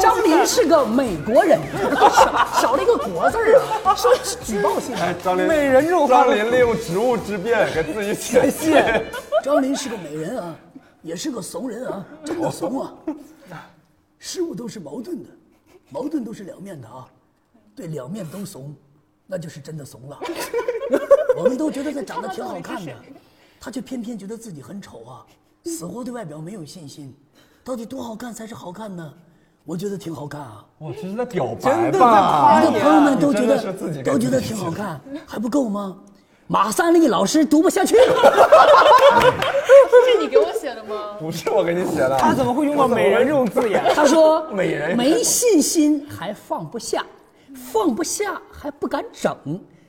Speaker 4: 张琳是个美国人，少少了一个国字儿啊，说是举报信。啊
Speaker 1: 哎，张琳，
Speaker 3: 美人这种话
Speaker 1: 张琳利用职务之便给自己写信，
Speaker 7: 张琳是个美人啊，也是个怂人啊，真的怂啊。事物都是矛盾的，矛盾都是两面的啊，对两面都怂，那就是真的怂 了。我们都觉得他长得挺好看的，他却偏偏觉得自己很丑啊，死活对外表没有信心。到底多好看才是好看呢？我觉得挺好看啊。
Speaker 1: 我这是在表白
Speaker 3: 的在夸
Speaker 1: 吧？
Speaker 7: 你的朋友们都觉
Speaker 1: 哎你真的是自己
Speaker 7: 得
Speaker 1: 给
Speaker 7: 都觉得挺好看，还不够吗？马三立老师读不下去了，
Speaker 2: 这是你给我写的吗？
Speaker 1: 不是我给你写的，
Speaker 3: 她怎么会用到美人这种字眼？
Speaker 4: 他说
Speaker 1: 美人
Speaker 4: 没信心还放不下，放不下还不敢整，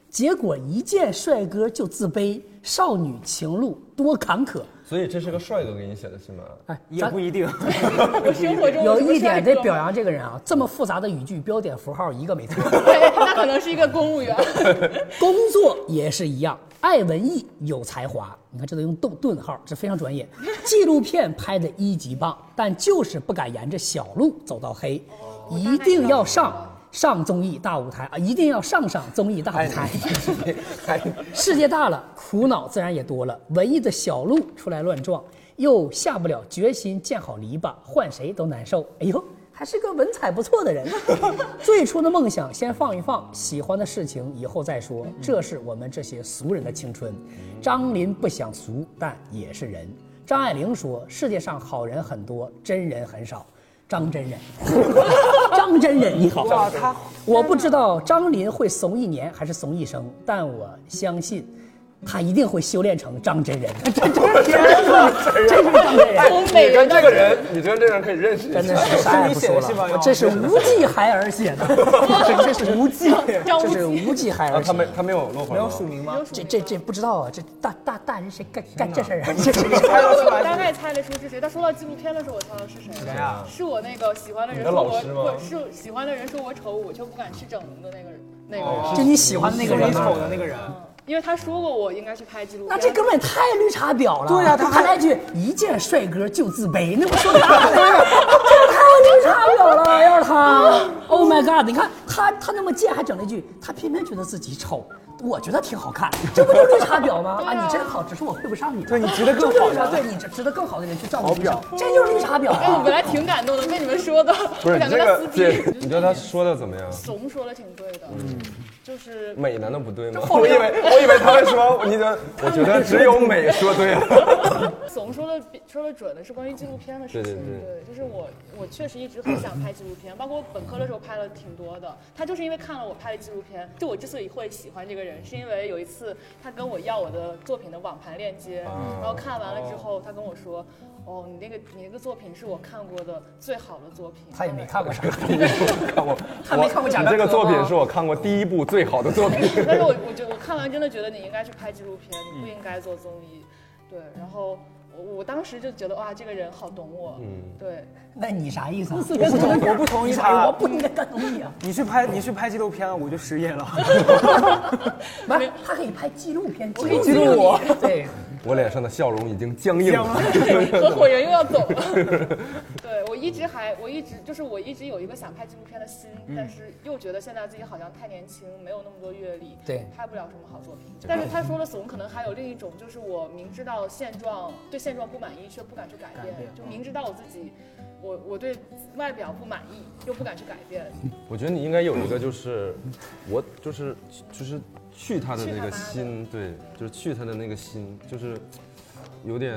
Speaker 4: 结果一见帅哥就自卑，少女情路多坎坷。
Speaker 1: 所以这是个帅哥给你写的信吗？
Speaker 4: 哎，
Speaker 3: 也
Speaker 4: 咱
Speaker 3: 不一定。
Speaker 2: 我生活中
Speaker 4: 有
Speaker 2: 我是个
Speaker 4: 一点
Speaker 2: 帅
Speaker 4: 得
Speaker 2: 哥
Speaker 4: 表扬这个人啊，这么复杂的语句、标点符号一个没错。
Speaker 2: 对，那可能是一个公务员。
Speaker 4: 工作也是一样，爱文艺，有才华。你看这都用顿顿号，这非常专业。纪录片拍的一级棒，但就是不敢沿着小路走到黑，一定要上上综艺大舞台啊，一定要上上综艺大舞台。世界大了，苦恼自然也多了，文艺的小鹿出来乱撞，又下不了决心建好篱笆，换谁都难受。哎呦，还是个文采不错的人。最初的梦想先放一放，喜欢的事情以后再说，这是我们这些俗人的青春。张琳不想俗，但也是人。张爱玲说：“世界上好人很多，真人很少。”张真人，张真人，你好。
Speaker 3: 哇，他
Speaker 4: 我不知道张琳会怂一年还是怂一生，但我相信，她一定会修炼成张 真人。这这这是张真人，
Speaker 2: 从美人
Speaker 1: 这个人，你觉得这人可以认识一下？
Speaker 4: 真的是啥也 不
Speaker 3: 是你写
Speaker 4: 说
Speaker 3: 的是吧
Speaker 4: 了。这是无忌孩儿 写的，这是无忌，
Speaker 2: 张
Speaker 4: 这
Speaker 2: 无忌
Speaker 4: 是无忌孩
Speaker 1: 啊，
Speaker 4: 儿
Speaker 1: 他
Speaker 4: 写
Speaker 1: 没
Speaker 4: 的。
Speaker 1: 他没有落款吗，
Speaker 3: 没有署名吗？
Speaker 4: 这这这不知道啊，这大大大人谁干干 这事 儿啊？
Speaker 3: 猜得出
Speaker 2: 我大
Speaker 3: 来
Speaker 2: 概猜得出是谁，但说到纪录片的时候，我猜到是谁
Speaker 3: 谁啊
Speaker 2: 了。是我那个喜欢的人
Speaker 1: 你的
Speaker 2: 说
Speaker 1: 老师吗
Speaker 2: 我，不是喜欢的人说我丑，我就不敢去整容的那个人，那个人，
Speaker 4: 就你喜欢的那
Speaker 3: 那
Speaker 4: 个
Speaker 3: 个
Speaker 4: 人
Speaker 3: 人
Speaker 4: 吗
Speaker 2: 啊
Speaker 3: 丑？的那个人，
Speaker 2: 因为他说过我应该去拍纪录
Speaker 4: 那
Speaker 2: 片。
Speaker 4: 这根本太绿茶婊了。
Speaker 3: 对呀他
Speaker 4: 他那句一见帅哥就自卑，那不说啥呢？ 这太绿茶婊了，要是他，Oh my god！你看他他那么贱，还整了一句，他偏偏觉得自己丑。我觉得挺好看，这不就绿茶婊吗？啊，你真好，只是我配不上你。
Speaker 3: 对你值 得更好
Speaker 4: 这就是绿茶对你值值得更好的人去照顾你。这就是绿 茶婊
Speaker 2: 哎，我
Speaker 4: 啊。
Speaker 2: 本来挺感动的，被你们说的，
Speaker 1: 不是
Speaker 2: 我想
Speaker 1: 你
Speaker 2: 跟
Speaker 1: 这嗯
Speaker 2: 他
Speaker 1: 个
Speaker 2: 撕逼
Speaker 1: 姐。，你觉得他说的怎么样？
Speaker 2: 怂说的挺对的，就是
Speaker 1: 美难道不对吗？我以为我以为他会说，你觉得？我觉得只有美说对 了。
Speaker 2: 怂说的比说的准的是关于纪录片的事情，
Speaker 1: 对对对
Speaker 2: 就是我我确实一直很想拍纪录片，包括我本科的时候拍了挺多的。他就是因为看了我拍的纪录片，就我之所以会喜欢这个人，是因为有一次他跟我要我的作品的网盘链接，
Speaker 1: 啊
Speaker 2: 然后看完了之后，他跟我说。哦，你那个你那个作品是我看过的最好的作品。
Speaker 4: 他也没看过啥，
Speaker 1: 看我，
Speaker 4: 他没看过贾
Speaker 1: 你
Speaker 4: 樟柯吗
Speaker 1: 这个作品是我看过第一部最好的作品。
Speaker 2: 但是我我觉得我看完真的觉得你应该去拍纪录片，你
Speaker 1: 嗯
Speaker 2: 不应该做综艺。对，然后我我当时就觉得哇，这个人好懂我。嗯，对，
Speaker 4: 那你啥意思啊？
Speaker 3: 我不同我不同意他
Speaker 4: 我不应该干东西啊。
Speaker 3: 你去拍你去拍纪录片，我就失业了。
Speaker 4: 不是，他可以拍纪录片，记
Speaker 2: 以记录你
Speaker 4: 我。对，
Speaker 1: 我脸上的笑容已经僵硬了。
Speaker 2: 合伙人又要走了。 对我一直还，我一直就是我一直有一个想拍纪录片的心，但是又觉得现在自己好像太年轻，没有那么多阅历，
Speaker 4: 对
Speaker 2: 拍不了什么好作品。但是他说的怂，可能还有另一种，就是我明知道现状对现状不满意，却不敢去改变，嗯就明知道我自己。我我对外表不满意，又不敢去改变，
Speaker 1: 我觉得你应该有一个，就是我就是就是去他的那个心，对，就是去他的那个心，就是有点，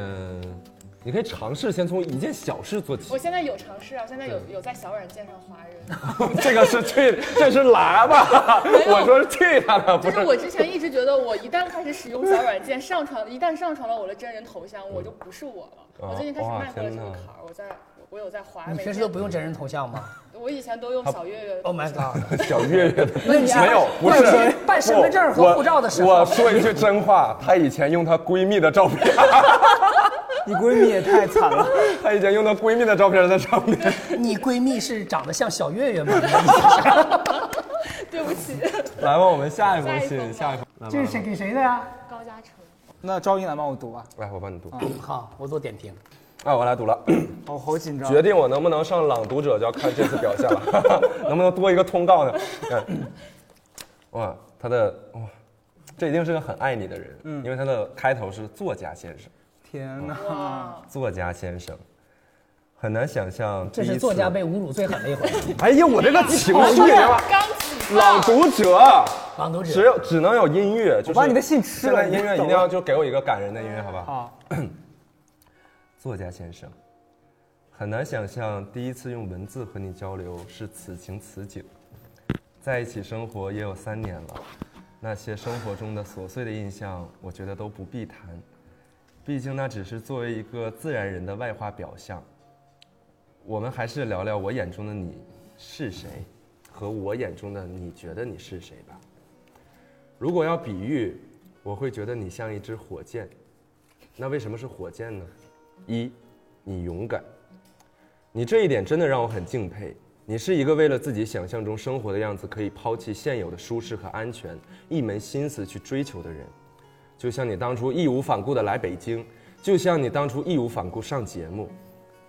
Speaker 1: 你可以尝试先从一件小事做起
Speaker 2: 我。现在有尝试啊，现在有有在小软件上划人。
Speaker 1: 这个是去，这是喇叭，我说是去他的，不
Speaker 2: 就是
Speaker 1: 是。
Speaker 2: 我之前一直觉得，我一旦开始使用小软件上传，一旦上传了我的真人头像，我就不是我了。
Speaker 1: 哦
Speaker 2: 我最近开始迈过了这个
Speaker 1: 哇
Speaker 2: 坎儿，我在我我有在划
Speaker 4: 你
Speaker 2: 每
Speaker 4: 平
Speaker 2: 天
Speaker 4: 时都不用真人头像吗
Speaker 2: 我以前都用小岳岳。
Speaker 4: ？Oh my god！
Speaker 1: 小月月的，
Speaker 4: 那你
Speaker 1: 没有，不是
Speaker 4: 办办身份证和护照的时候
Speaker 1: 我我说一句真话，她以前用她闺蜜的照片，
Speaker 3: 你闺蜜也太惨了，
Speaker 1: 她以前用她闺蜜的照片在上面。
Speaker 4: 你闺蜜是长得像小月月 吗？
Speaker 2: 对不起，
Speaker 1: 来吧，我们下一封
Speaker 2: 下一
Speaker 1: 信，
Speaker 2: 封吧
Speaker 1: 下一封。来吧
Speaker 4: 这是谁给谁的呀？
Speaker 2: 高嘉诚。
Speaker 3: 那赵一楠帮我读吧。
Speaker 1: 来，我帮你读。
Speaker 4: 好，我做点评。
Speaker 1: 啊，我来读了。
Speaker 3: 我好紧张。
Speaker 1: 决定我能不能上朗读者就要看这次表现了， 能不能多一个通告呢？嗯哇，他的哇，这一定是个很爱你的人，
Speaker 4: 嗯
Speaker 1: 因为他的开头是作家先生，
Speaker 3: 天哪！
Speaker 2: 哇，
Speaker 1: 作家先生，很难想象
Speaker 4: 这
Speaker 1: 第一
Speaker 4: 是
Speaker 1: 次
Speaker 4: 作家被哦侮辱最狠的一回。
Speaker 1: 哎呀，我这个情绪，啊
Speaker 2: 刚起
Speaker 1: 朗
Speaker 2: 步。
Speaker 1: 读者啊
Speaker 4: 朗读
Speaker 1: 只
Speaker 4: 者，
Speaker 1: 有只能有音乐，就是
Speaker 3: 我把你的信吃了
Speaker 1: 现在音乐一定要就给我一个感人的音乐，好不好？
Speaker 3: 好，
Speaker 1: 作家先生，很难想象第一次用文字和你交流是此情此景。在一起生活也有三年了，那些生活中的琐碎的印象，我觉得都不必谈，毕竟那只是作为一个自然人的外化表象。我们还是聊聊我眼中的你是谁，和我眼中的你觉得你是谁吧。如果要比喻，我会觉得你像一支火箭，那为什么是火箭呢？一，你勇敢，你这一点真的让我很敬佩。你是一个为了自己想象中生活的样子，可以抛弃现有的舒适和安全，一门心思去追求的人。就像你当初义无反顾的来北京，就像你当初义无反顾上节目，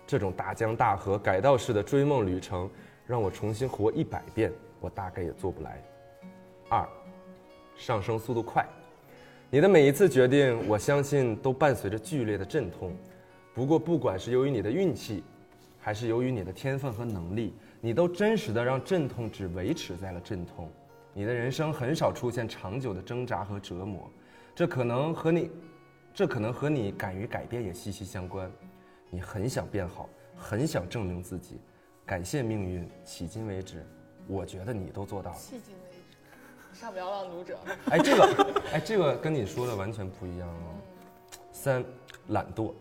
Speaker 1: 这种大江大河改道式的追梦旅程，让我重新活一百遍，我大概也做不来。二，上升速度快，你的每一次决定，我相信都伴随着剧烈的阵痛。不过，不管是由于你的运气，还是由于你的天分和能力，你都真实的让阵痛只维持在了阵痛。你的人生很少出现长久的挣扎和折磨，这可能和你，这可能和你敢于改变也息息相关。你很想变好，很想证明自己，感谢命运，迄今为止，我觉得你都做到了。
Speaker 2: 迄今为止，上不了《浪读者》。
Speaker 1: 哎，这个，哎，这个跟你说的完全不一样哦。三，懒惰，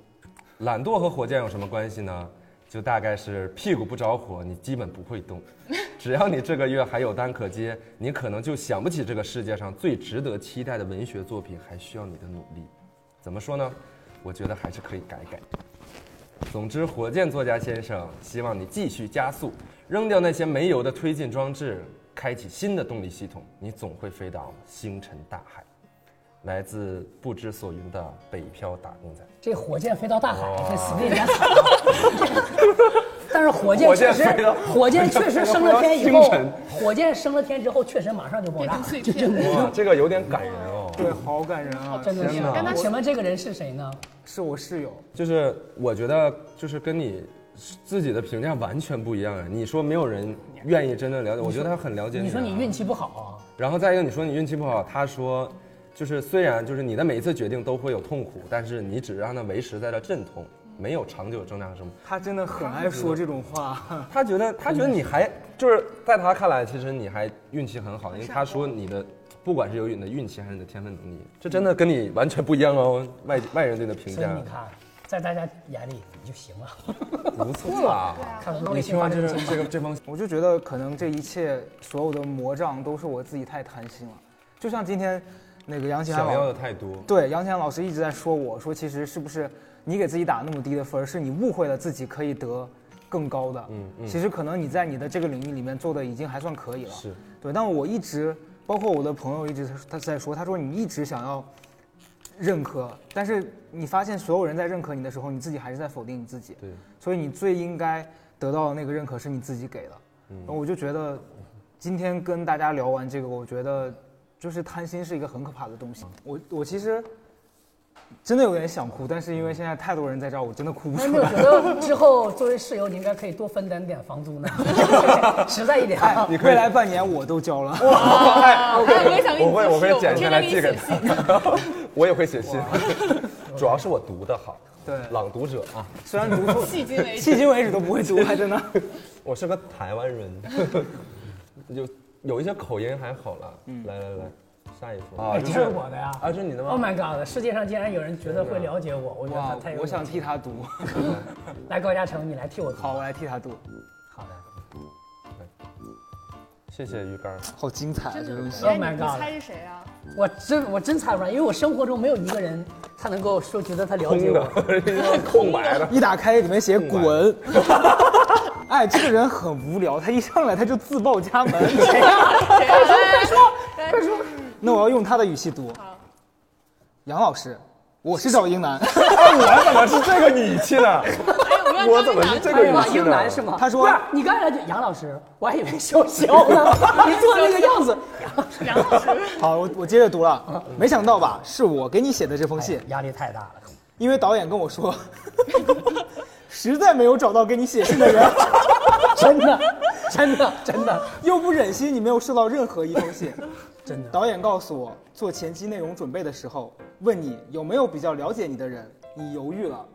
Speaker 1: 懒惰和火箭有什么关系呢？就大概是屁股不着火，你基本不会动。只要你这个月还有单可接，你可能就想不起这个世界上最值得期待的文学作品还需要你的努力。怎么说呢？我觉得还是可以改改。总之，火箭作家先生，希望你继续加速，扔掉那些没油的推进装置，开启新的动力系统，你总会飞到星辰大海。来自不知所云的北漂打工仔，
Speaker 4: 这火箭飞到大海，这死地难逃。 但是火箭
Speaker 1: 火
Speaker 4: 确
Speaker 1: 箭
Speaker 4: 实
Speaker 1: 飞到，
Speaker 4: 火箭确实升 了天以
Speaker 1: 飞到
Speaker 4: 后
Speaker 1: 星辰，
Speaker 4: 火箭升了天之后，确实马上就爆
Speaker 2: 变
Speaker 4: 炸
Speaker 2: 成
Speaker 4: 了。
Speaker 2: 碎片了，
Speaker 1: 哇，这个有点感人哦。
Speaker 3: 对，好感人啊！
Speaker 4: 真的是
Speaker 1: 天哪，
Speaker 4: 但那请问这个人是谁呢？
Speaker 3: 是我室友，
Speaker 1: 就是我觉得，就是跟你自己的评价完全不一样啊。你说没有人愿意真正了解，我觉得他很了解你啊。
Speaker 4: 你说你运气不好
Speaker 1: 然后再一个，你说你运气不好，他说，就是虽然就是你的每一次决定都会有痛苦，但是你只让它维持在了阵痛，没有长久挣扎什么。
Speaker 3: 他真的很爱说这种话。
Speaker 1: 他觉得他觉得你还就是在他看来，其实你还运气很好，因为他说你的不管是由于你的运气还是你的天分能力，这真的跟你完全不一样哦。外外人对你的
Speaker 4: 啊，
Speaker 1: 评
Speaker 4: 所以
Speaker 1: 价
Speaker 4: 你看，在大家眼里你就行 了。
Speaker 1: 不错啦。
Speaker 4: 看看
Speaker 1: 你
Speaker 4: 微信
Speaker 1: 听
Speaker 4: 发
Speaker 1: 完
Speaker 4: 这
Speaker 1: 这
Speaker 4: 个
Speaker 1: 个这个这帮
Speaker 3: 我就觉得可能这一切所有的魔障都是我自己太贪心了，就像今天那个杨奇涵
Speaker 1: 想要
Speaker 3: 老
Speaker 1: 的太多，
Speaker 3: 对杨奇涵老师一直在说我说，其实是不是你给自己打那么低的分儿，是你误会了自己可以得更高的。嗯嗯。其实可能你在你的这个领域里面做的已经还算可以了。
Speaker 1: 是。
Speaker 3: 对，但我一直，包括我的朋友一直他在说，他说你一直想要认可，但是你发现所有人在认可你的时候，你自己还是在否定你自己。
Speaker 1: 对，
Speaker 3: 所以你最应该得到的那个认可是你自己给的。嗯，我就觉得今天跟大家聊完这个，我觉得就是贪心是一个很可怕的东西。我我其实真的有点想哭，但是因为现在太多人在这儿，我真的哭不
Speaker 4: 那
Speaker 3: 出
Speaker 4: 没有觉
Speaker 3: 来。
Speaker 4: 得之后作为室友，你应该可以多分担点房租呢？ 实在一点。
Speaker 3: 哎，未来半年我都交了。
Speaker 1: 哎
Speaker 2: 啊我也想给你
Speaker 1: 我会我会剪下
Speaker 2: 天天
Speaker 1: 来
Speaker 2: 给你
Speaker 1: 寄给
Speaker 2: 写
Speaker 1: 他
Speaker 2: 信。，
Speaker 1: 我也会写 信，主要是我读的好，
Speaker 3: 对
Speaker 1: 朗读者啊，
Speaker 3: 虽然读 错，
Speaker 2: 迄今为止
Speaker 3: 迄今为止都不会读，还 真的。
Speaker 1: 我是个台湾人， 有有一些口音还好了，来来来，下一幅嗯啊
Speaker 4: 哎，这是我的呀。
Speaker 1: 啊，这是你的吗
Speaker 4: Oh my god！世界上竟然有人觉得会了解我，我觉得他
Speaker 3: 哇
Speaker 4: 太有，
Speaker 3: 我想
Speaker 4: 勇气
Speaker 3: 替他读。
Speaker 4: 了来高嘉诚，你来替我读。
Speaker 3: 好，我来替他读。
Speaker 4: 好的。
Speaker 1: 谢谢鱼竿儿，
Speaker 3: 好精彩啊！
Speaker 2: 真
Speaker 3: 这
Speaker 2: 的
Speaker 3: 东西。
Speaker 2: 哎
Speaker 4: Oh my
Speaker 2: 你
Speaker 4: god
Speaker 2: 猜是谁啊？
Speaker 4: 我真我真猜不出来，因为我生活中没有一个人他能够说觉得他了解
Speaker 1: 空的
Speaker 4: 我。，
Speaker 1: 空白的，
Speaker 3: 一打开里面写滚。 哎，这个人很无聊，他一上来他就自报家门。
Speaker 2: 谁啊？快说快说！
Speaker 3: 那我要用他的语气读。杨老师，我是赵英男。
Speaker 1: 我怎么是这个语 气呢？
Speaker 2: 哎，
Speaker 1: 我怎么是这个语
Speaker 4: 哇，
Speaker 1: 气
Speaker 4: 英
Speaker 1: 呢
Speaker 4: 男？是吗？
Speaker 3: 他说
Speaker 4: 不是，你刚才就杨老师，我还以为小 肖呢，你做那个样子，
Speaker 2: 杨老师，
Speaker 3: 好，我我接着读了。没想到吧，是我给你写的这封信，
Speaker 4: 压力太大了。
Speaker 3: 因为导演跟我说， 实在没有找到给你写信的人，
Speaker 4: 真的，真的，真的，
Speaker 3: 又不忍心你没有收到任何一封信。
Speaker 4: 真的。
Speaker 3: 导演告诉我，做前期内容准备的时候，问你有没有比较了解你的人，你犹豫了，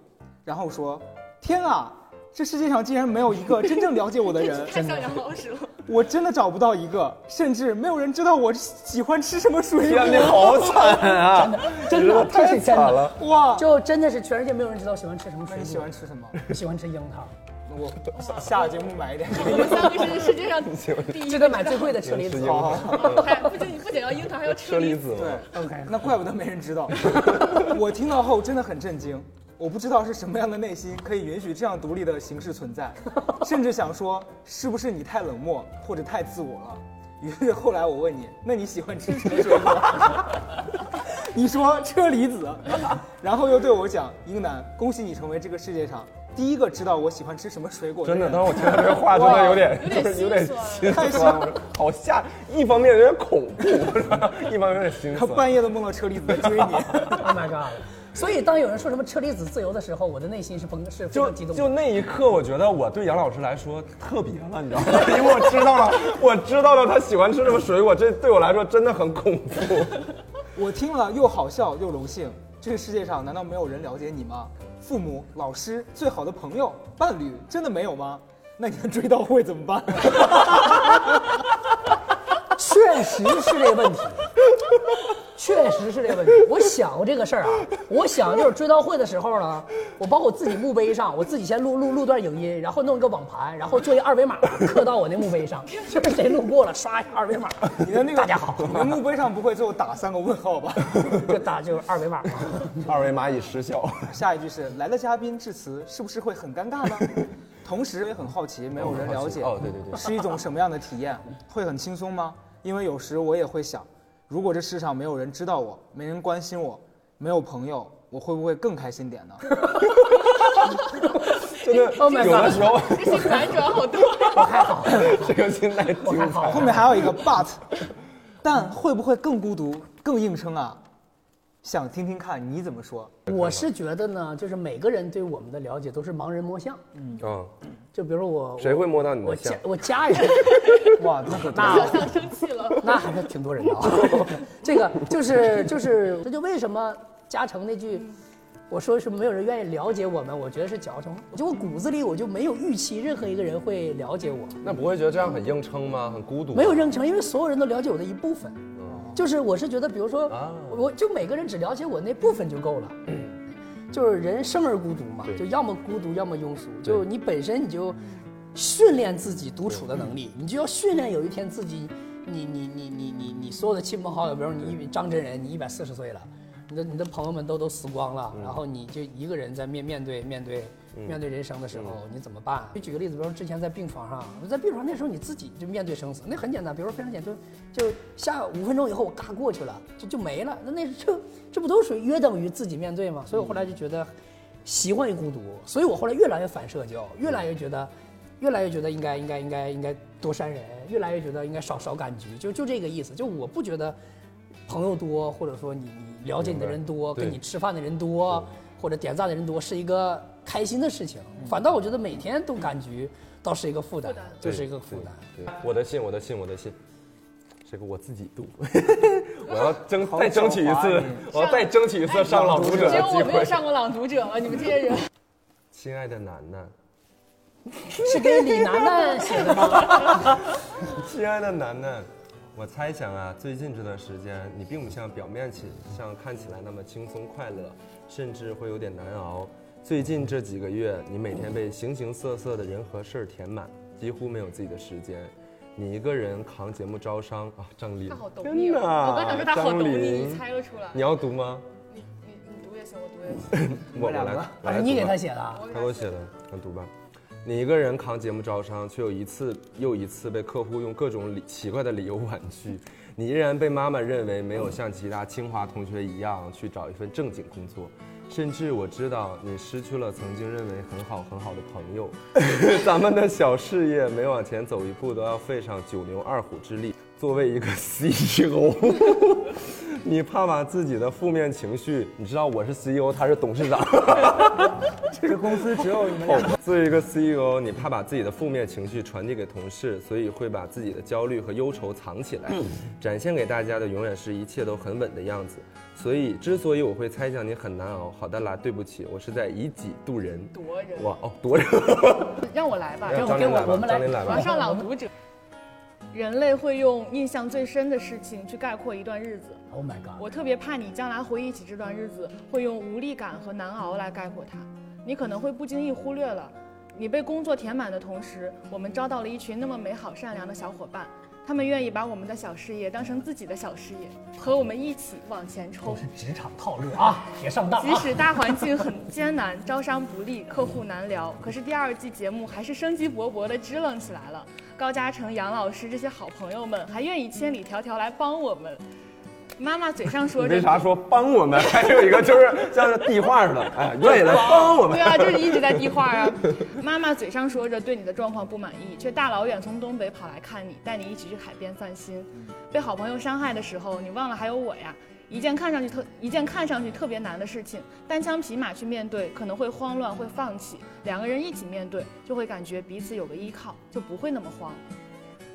Speaker 3: 然后说：“天啊，这世界上竟然没有一个真正了解我的人，
Speaker 2: 太像杨老师了。
Speaker 3: 我真的找不到一个，甚至没有人知道我喜欢吃什么水
Speaker 1: 天，哎你
Speaker 3: 果。
Speaker 1: 好惨 啊！
Speaker 4: 真的，这
Speaker 1: 太
Speaker 4: 是
Speaker 1: 惨
Speaker 4: 真的。
Speaker 1: 了，”
Speaker 3: 哇，
Speaker 4: 就真的是全世界没有人知道喜欢吃什么
Speaker 3: 那
Speaker 4: 水
Speaker 3: 你喜
Speaker 4: 果
Speaker 3: 欢，吃什么？
Speaker 4: 我喜欢吃樱桃。
Speaker 3: 我下下节目买一点。
Speaker 2: 我们三个是世界上第一
Speaker 4: 记得买最贵的车厘
Speaker 1: 是
Speaker 4: 子
Speaker 1: 樱。
Speaker 3: 好好
Speaker 1: 桃
Speaker 3: 好。
Speaker 2: 还不仅不仅要樱桃，还要车
Speaker 1: 车
Speaker 2: 厘
Speaker 1: 厘
Speaker 2: 子。
Speaker 1: 子吗？
Speaker 3: 对，OK，那怪不得没人知道。 我听到后真的很震惊，我不知道是什么样的内心可以允许这样独立的形式存在，甚至想说是不是你太冷漠或者太自我了。于是后来我问你，那你喜欢吃什么水果？ 你说车厘子，然后又对我讲，英男，恭喜你成为这个世界上第一个知道我喜欢吃什么水果的
Speaker 1: 真
Speaker 3: 人。
Speaker 1: 的，当时我听到这个话，真的有点
Speaker 2: 有点
Speaker 1: 就是有
Speaker 2: 心
Speaker 1: 点
Speaker 2: 酸
Speaker 1: 心酸，我说好吓，一方面有点恐怖， 一方面有点心
Speaker 3: 他
Speaker 1: 酸。
Speaker 3: 半夜都梦到车厘子在追你。
Speaker 4: Oh my god！所以当有人说什么车厘子自由的时候，我的内心是崩是非
Speaker 1: 就
Speaker 4: 常激动
Speaker 1: 就
Speaker 4: 的。
Speaker 1: 那一刻，我觉得我对杨老师来说特别了，你知道吗？ 因为我知道了，我知道了他喜欢吃什么水果，这对我来说真的很恐怖。
Speaker 3: 我听了又好笑又荣幸。这个世界上难道没有人了解你吗？父母、老师、最好的朋友、伴侣，真的没有吗？那你们追悼会怎么办？
Speaker 4: 确实是这个问题， 确实是这个问题。我想过这个事儿啊，我想就是追悼会的时候呢，我包括我自己墓碑上，我自己先录录录段影音，然后弄一个网盘，然后做一二维码刻到我那墓碑上， 就是谁路过了刷一下二维码。
Speaker 3: 你的那个
Speaker 4: 大家好，
Speaker 3: 你的墓碑上不会最后打三个问号吧？
Speaker 4: 就打就是二维码嘛。
Speaker 1: 二维码已失效，
Speaker 3: 下一句是来的嘉宾致辞，是不是会很尴尬呢？同时我也很好奇，没有人了解
Speaker 1: 哦对对对
Speaker 3: 是一种什么样的体验？会很轻松吗？因为有时我也会想，如果这世上没有人知道我，没人关心我，没有朋友，我会不会更开心点呢？
Speaker 1: 真的
Speaker 4: Oh my
Speaker 1: 有的
Speaker 4: god！
Speaker 1: 时候
Speaker 2: 这些反转哎好多。
Speaker 4: 还好，
Speaker 1: 这个心态挺
Speaker 4: 还好
Speaker 3: 后。面还有一个 but，但会不会更孤独、更硬撑啊？想听听看你怎么说。
Speaker 4: 我是觉得呢，就是每个人对我们的了解都是盲人摸象。
Speaker 1: 嗯，
Speaker 4: 就比如说我，
Speaker 1: 谁会摸到你
Speaker 4: 我
Speaker 1: 的像
Speaker 4: 家？我 家人，
Speaker 3: 哇，那可
Speaker 4: 那
Speaker 2: 想生气了，
Speaker 4: 那还是挺多人的啊。 这个就是就是，这就为什么嘉诚那句。我说是没有人愿意了解我们，我觉得是矫情。就我骨子里我就没有预期任何一个人会了解我，
Speaker 1: 那不会觉得这样很硬撑吗？很孤独？
Speaker 4: 没有认成，因为所有人都了解我的一部分。就是我是觉得，比如说
Speaker 1: 啊，
Speaker 4: 我就每个人只了解我那部分就够了。就是人生而孤独嘛，就要么孤独，要么庸俗。就你本身你就训练自己独处的能力，你就要训练有一天自己，你你你你你你所有的亲朋好友，比如你一张真人，你一百四十岁了，你的你的朋友们都都死光了，然后你就一个人在面面对面对。面对人生的时候，你怎么办？就举个例子，比如说之前在病床上，我在病床那时候你自己就面对生死，那很简单，比如说非常简单，就就下五分钟以后我嘎过去了，就就没了。那那这这不都属于约等于自己面对吗？所以我后来就觉得习惯于孤独，所以我后来越来越反社交，越来越觉得，越来越觉得应该应该应该应该多删人，越来越觉得应该少少感局，就就这个意思。就我不觉得朋友多，或者说你你了解你的人多，
Speaker 1: 对
Speaker 4: 跟你吃饭的人多，或者点赞的人多是一个开心的事情，
Speaker 1: 嗯
Speaker 4: 反倒我觉得每天都感局倒是一个负担，就是一个负担。
Speaker 1: 对。对我的信，我的信，我的信，这个我自己读。 我要争
Speaker 3: 好
Speaker 1: 再争取一
Speaker 3: 狡猾
Speaker 1: 次
Speaker 3: 你，
Speaker 1: 我要再争取一次上朗 读者
Speaker 2: 只
Speaker 1: 的
Speaker 2: 有
Speaker 1: 机
Speaker 2: 我没有
Speaker 1: 会。
Speaker 2: 上过《朗读者》吗？你们这些人，
Speaker 1: 亲爱的楠楠，
Speaker 4: 是给李楠楠写的吗？
Speaker 1: 亲爱的楠楠，我猜想啊，最近这段时间你并不像表面起上看起来那么轻松快乐，甚至会有点难熬。最近这几个月，你每天被形形色色的人和事儿填满，几乎没有自己的时间。你一个人扛节目招商啊，张琳
Speaker 2: 他好，懂你
Speaker 1: 真的
Speaker 2: 哦，
Speaker 1: 啊，
Speaker 2: 我刚想说他好懂
Speaker 1: 张
Speaker 2: 你，
Speaker 1: 琳
Speaker 2: 你猜了出来。
Speaker 1: 你要读吗？
Speaker 2: 你你你读也行，我读也行。
Speaker 1: 我我来，我来
Speaker 4: 你
Speaker 1: 读
Speaker 4: 给
Speaker 1: 吧
Speaker 4: 他写的啊？
Speaker 2: 我给
Speaker 1: 他
Speaker 2: 他
Speaker 1: 给我写的，我读吧。你一个人扛节目招商，却有一次又一次被客户用各种理奇怪的理由婉拒。你依然被妈妈认为没有像其他清华同学一样去找一份正经工作，甚至我知道你失去了曾经认为很好很好的朋友。 咱们的小事业每往前走一步都要费上九牛二虎之力。作为一个 CEO，你怕把自己的负面情绪，你知道我是 CEO，他是董事长。
Speaker 3: 这个公司只有你们俩。
Speaker 1: 哦作为一个 CEO，你怕把自己的负面情绪传递给同事，所以会把自己的焦虑和忧愁藏起来，展现给大家的永远是一切都很稳的样子。所以，之所以我会猜想你很难熬，好的啦，对不起，我是在以己度人。
Speaker 2: 夺人，
Speaker 1: 哇哦，多人，
Speaker 2: 让我来吧，
Speaker 1: 让
Speaker 2: 让
Speaker 1: 张琳来吧
Speaker 2: 我们
Speaker 1: 张琳来吧
Speaker 2: 我上《朗读者》。人类会用印象最深的事情去概括一段日子。
Speaker 4: Oh my god！
Speaker 2: 我特别怕你将来回忆起这段日子，会用无力感和难熬来概括它。你可能会不经意忽略了，你被工作填满的同时，我们招到了一群那么美好善良的小伙伴，他们愿意把我们的小事业当成自己的小事业，和我们一起往前冲
Speaker 4: 都。是职场套路啊，别上当
Speaker 2: 即
Speaker 4: 啊！
Speaker 2: 使大环境很艰难，招商不利，客户难聊，可是第二季节目还是生机勃勃的支棱起来了。高嘉诚、杨老师这些好朋友们还愿意千里迢迢来帮我们。妈妈嘴上说
Speaker 1: 你
Speaker 2: 着
Speaker 1: 为， 啥说帮我们？还有一个就是像是递话似的，哎，愿意来帮我们
Speaker 2: 对。啊，就是一直在递话啊。 妈妈嘴上说着对你的状况不满意，却大老远从东北跑来看你，带你一起去海边散心。
Speaker 1: 嗯
Speaker 2: 被好朋友伤害的时候，你忘了还有我呀。一件看上去特一件看上去特别难的事情，单枪匹马去面对，可能会慌乱，会放弃。两个人一起面对，就会感觉彼此有个依靠，就不会那么慌。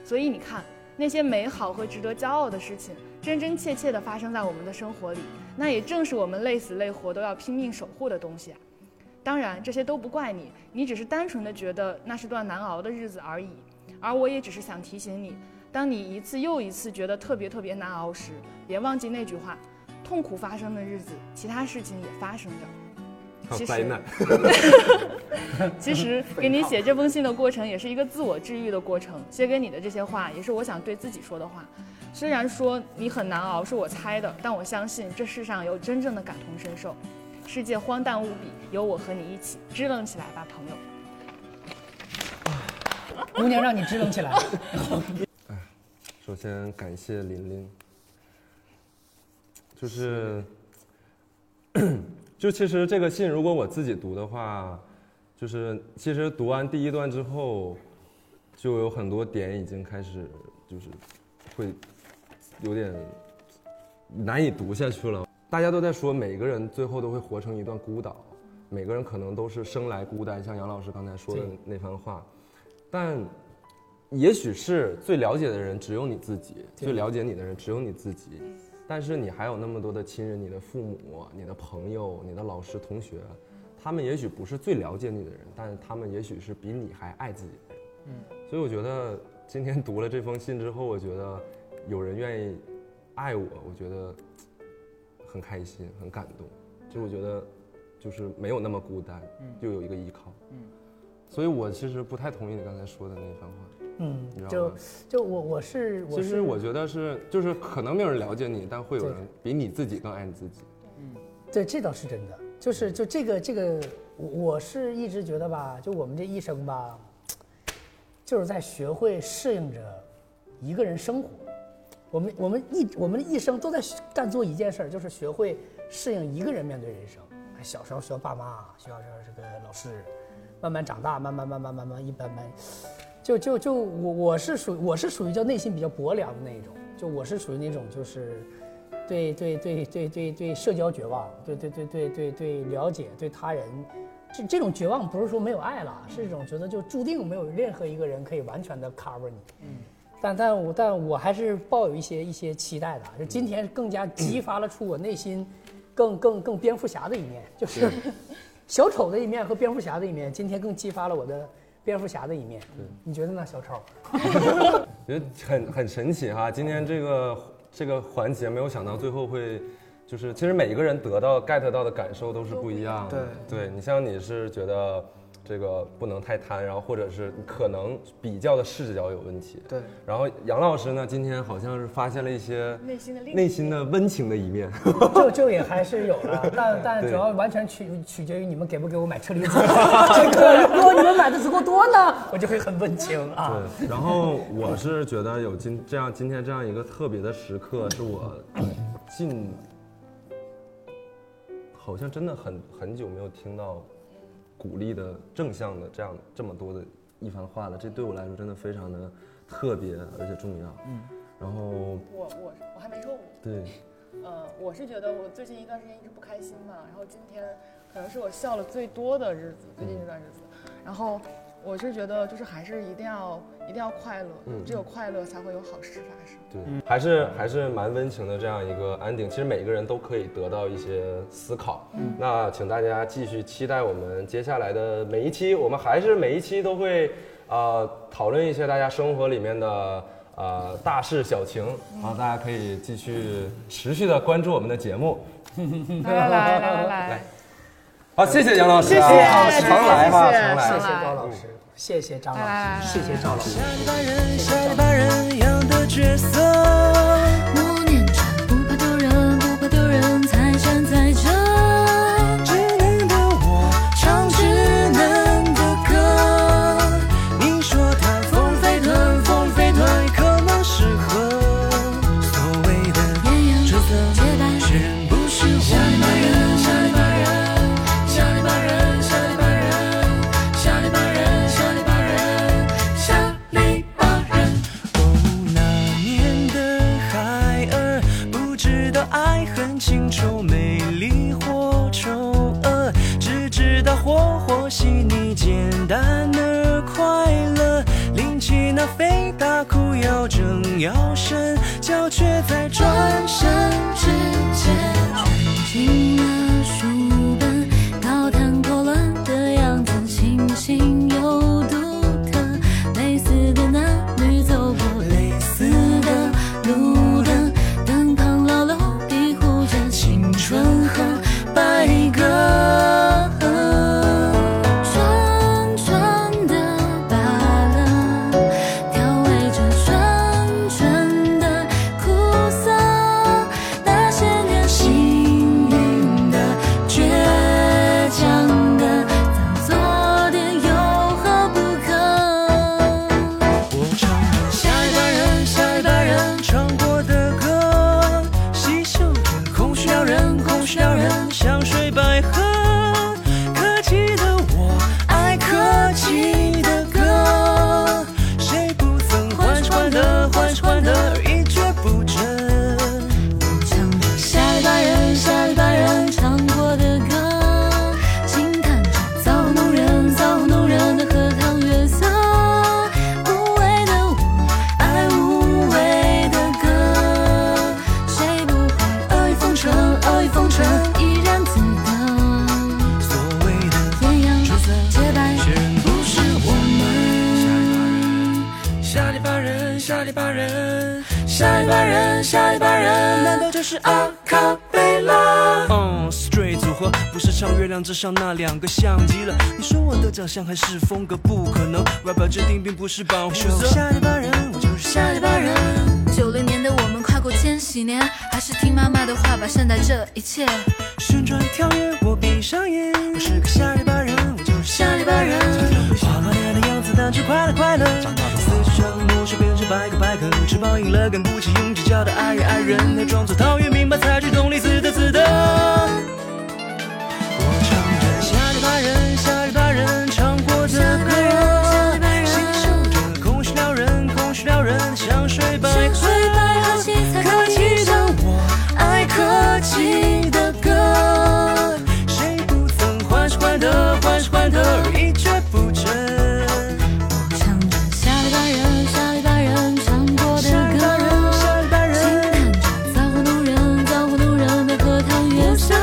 Speaker 2: 所以你看，那些美好和值得骄傲的事情，真真切切地发生在我们的生活里，那也正是我们累死累活都要拼命守护的东西啊。当然，这些都不怪你，你只是单纯的觉得那是段难熬的日子而已。而我也只是想提醒你，当你一次又一次觉得特别特别难熬时，别忘记那句话：痛苦发生的日子，其他事情也发生着。
Speaker 1: 好
Speaker 2: 其实
Speaker 1: 灾难，
Speaker 2: 其实给你写这封信的过程，也是一个自我治愈的过程。写给你的这些话，也是我想对自己说的话。虽然说你很难熬，是我猜的，但我相信这世上有真正的感同身受。世界荒诞无比，有我和你一起支棱起来吧，朋友。
Speaker 4: 姑娘让你支棱起来，
Speaker 1: 首先感谢琳琳，就是， 就其实这个信如果我自己读的话，就是其实读完第一段之后，就有很多点已经开始就是会有点难以读下去了。大家都在说每个人最后都会活成一段孤岛，每个人可能都是生来孤单，像杨老师刚才说的那番话，但也许是最了解的人只有你自己，最了解你的人只有你自己，但是你还有那么多的亲人、你的父母、你的朋友、你的老师、同学，他们也许不是最了解你的人，但是他们也许是比你还爱自己的人。嗯，所以我觉得今天读了这封信之后，我觉得有人愿意爱我，我觉得很开心，很感动。就我觉得就是没有那么孤单，又有一个依靠。嗯，所以我其实不太同意你刚才说的那番话。
Speaker 4: 嗯
Speaker 1: 你知，道
Speaker 4: 就
Speaker 1: 吗
Speaker 4: 就我我是我
Speaker 1: 其实
Speaker 4: 是
Speaker 1: 我觉得是，就是可能没有人了解你，但会有
Speaker 4: 对
Speaker 1: 人比你自己更爱你自己。
Speaker 4: 对，这倒是真的，就是就这个这个，我我是一直觉得吧，就我们这一生吧，就是在学会适应着一个人生活。我们我们一我们一生都在干做一件事儿，就是学会适应一个人面对人生。哎小时候学爸妈，学校这这个老师，慢慢长大，慢慢慢慢慢慢一般般，就就就我我是属我是属于叫内心比较薄凉的那一种，就我是属于那种就是对对对对对对社交绝望，对对对对对对了解对他人，这这种绝望不是说没有爱了，是一种觉得就注定没有任何一个人可以完全的 cover 你。嗯，但但我但我还是抱有一些一些期待的，啊就今天更加激发了出我内心更更更蝙蝠侠的一面，就是 小丑的一面和蝙蝠侠的一面，今天更激发了我的蝙蝠侠的一面。你觉得呢，小丑？
Speaker 1: 觉得很很神奇哈，今天这个这个环节没有想到最后会，就是其实每一个人得到 get 到的感受都是不一样的。对，对你像你是觉得这个不能太贪，然后或者是可能比较的视角有问题。
Speaker 3: 对，
Speaker 1: 然后杨老师呢，今天好像是发现了一些
Speaker 2: 内心的另一面
Speaker 1: 内心的温情的一面。
Speaker 4: 就就也还是有了， 但但
Speaker 1: 对
Speaker 4: 主要完全取取决于你们给不给我买车厘 子。这个如果你们买的足够多呢，我就会很温情啊。
Speaker 1: 对，然后我是觉得有今这样今天这样一个特别的时刻，是我近好像真的很很久没有听到鼓励的正向的这样这么多的一番话了，这对我来说真的非常的特别而且重要。嗯，然后
Speaker 2: 我我我还没说我。
Speaker 1: 对，
Speaker 2: 呃，我是觉得我最近一段时间一直不开心嘛，然后今天可能是我笑了最多的日子，最近这段日子，然后我是觉得就是还是一定要一定要快乐，只有快乐才会有好事发生。
Speaker 1: 对，还是还是蛮温情的这样一个 ending。其实每个人都可以得到一些思考。那请大家继续期待我们接下来的每一期，我们还是每一期都会呃讨论一些大家生活里面的。呃，大事小情，然后大家可以继续持续的关注我们的节目。
Speaker 2: 来来来来来来
Speaker 1: 来，好，谢谢杨老师啊，
Speaker 2: 谢谢谢谢
Speaker 1: 常来哈，
Speaker 2: 谢谢
Speaker 1: 常来
Speaker 2: 常。
Speaker 4: 谢谢
Speaker 2: 来
Speaker 4: 高老师，谢谢张
Speaker 2: 拜
Speaker 4: 老
Speaker 2: 拜
Speaker 4: 师，谢谢赵老师。
Speaker 8: 下里巴人一样的角色。
Speaker 9: 默念着不怕丢人，不怕丢人，才站在这。
Speaker 8: 稚嫩的我唱稚嫩的歌，你说它风飞腾，风飞腾，可能适合所谓的
Speaker 9: 艳阳
Speaker 8: 角
Speaker 9: 结
Speaker 8: 色，
Speaker 9: 伴
Speaker 8: 是不是我们？
Speaker 9: 下里巴人，下里巴人，下里巴人，下里巴人，下里巴人，下里巴人。
Speaker 8: 哦，那年的孩儿不知道爱恨情仇、美丽或丑恶，只知道活活细腻、简单而快乐。拎起那肥大裤腰，正要伸脚，却在转身之间。
Speaker 9: 进了书本，高谈阔论的样子清新又独特，类似的男女走过类似的路灯，灯旁老楼庇护着青春和白鸽。串串的芭乐，调味着纯纯的苦涩，那些年幸运的、倔强的，早做点有何不可？
Speaker 8: 我唱下一代人，下一代人唱过的歌，细嗅着空虚撩人，空虚撩人，香水百合。客气的我爱客气的歌，谁不曾欢是欢的，欢是欢的，一蹶不振。
Speaker 9: 唱着下里巴人、下里巴人唱过的歌，轻叹着造物弄人、造物弄人的荷塘月色，无畏的我爱无畏的歌，谁不会阿谀奉承、阿谀奉承，怡然自得。
Speaker 8: 所谓的
Speaker 9: 艳阳
Speaker 8: 春色
Speaker 9: 洁白，
Speaker 8: 是不是我们？
Speaker 9: 下里巴人，下里巴人，下里巴人，下里巴人，
Speaker 8: 难道这是阿卡贝拉？嗯，Stray 组合不是唱月亮之上那两个像极了。你说我的长相还是风格，不可能。rapper 制定并不是保护色。下里巴人，我就是下
Speaker 9: 下里巴人。九零年的我们跨过千禧年，还是听妈妈的话吧，善待这一切。
Speaker 8: 旋转跳跃，我闭上眼。我是个下里巴人，我就是下里巴人。花花脸的样子，但却快乐快乐。四处张模式变成百个百个，吃饱硬了干，不起用计较的爱人爱人，还装作陶渊明般才去懂历史的词的。我唱着下里巴人，下里巴人唱过的歌，欣赏着空虚撩人，空虚撩人，香水百
Speaker 9: 山
Speaker 8: 合，
Speaker 9: 水百合七彩
Speaker 8: 客气的我爱客气的歌，谁不曾欢是欢的，欢是欢的，一蹶不振。
Speaker 9: 唱着下里巴人，下里巴人唱过的
Speaker 8: 下里巴人，
Speaker 9: 歌，
Speaker 8: 下里巴
Speaker 9: 轻
Speaker 8: 人。
Speaker 9: 叹着造化弄人，造化弄人的荷塘月色。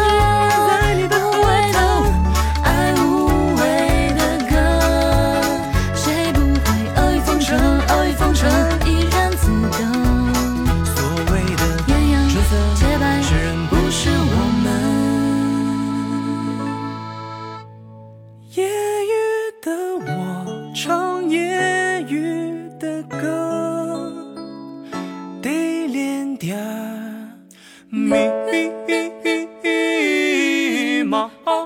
Speaker 8: 在你的
Speaker 9: 无畏的爱无畏的歌，谁不会阿谀奉承，阿谀奉承，怡然自得。
Speaker 8: 所谓的
Speaker 9: 艳阳
Speaker 8: 春色
Speaker 9: 洁白，
Speaker 8: 是人不是我们。夜雨的我唱夜雨的歌，得练点儿密码。密码。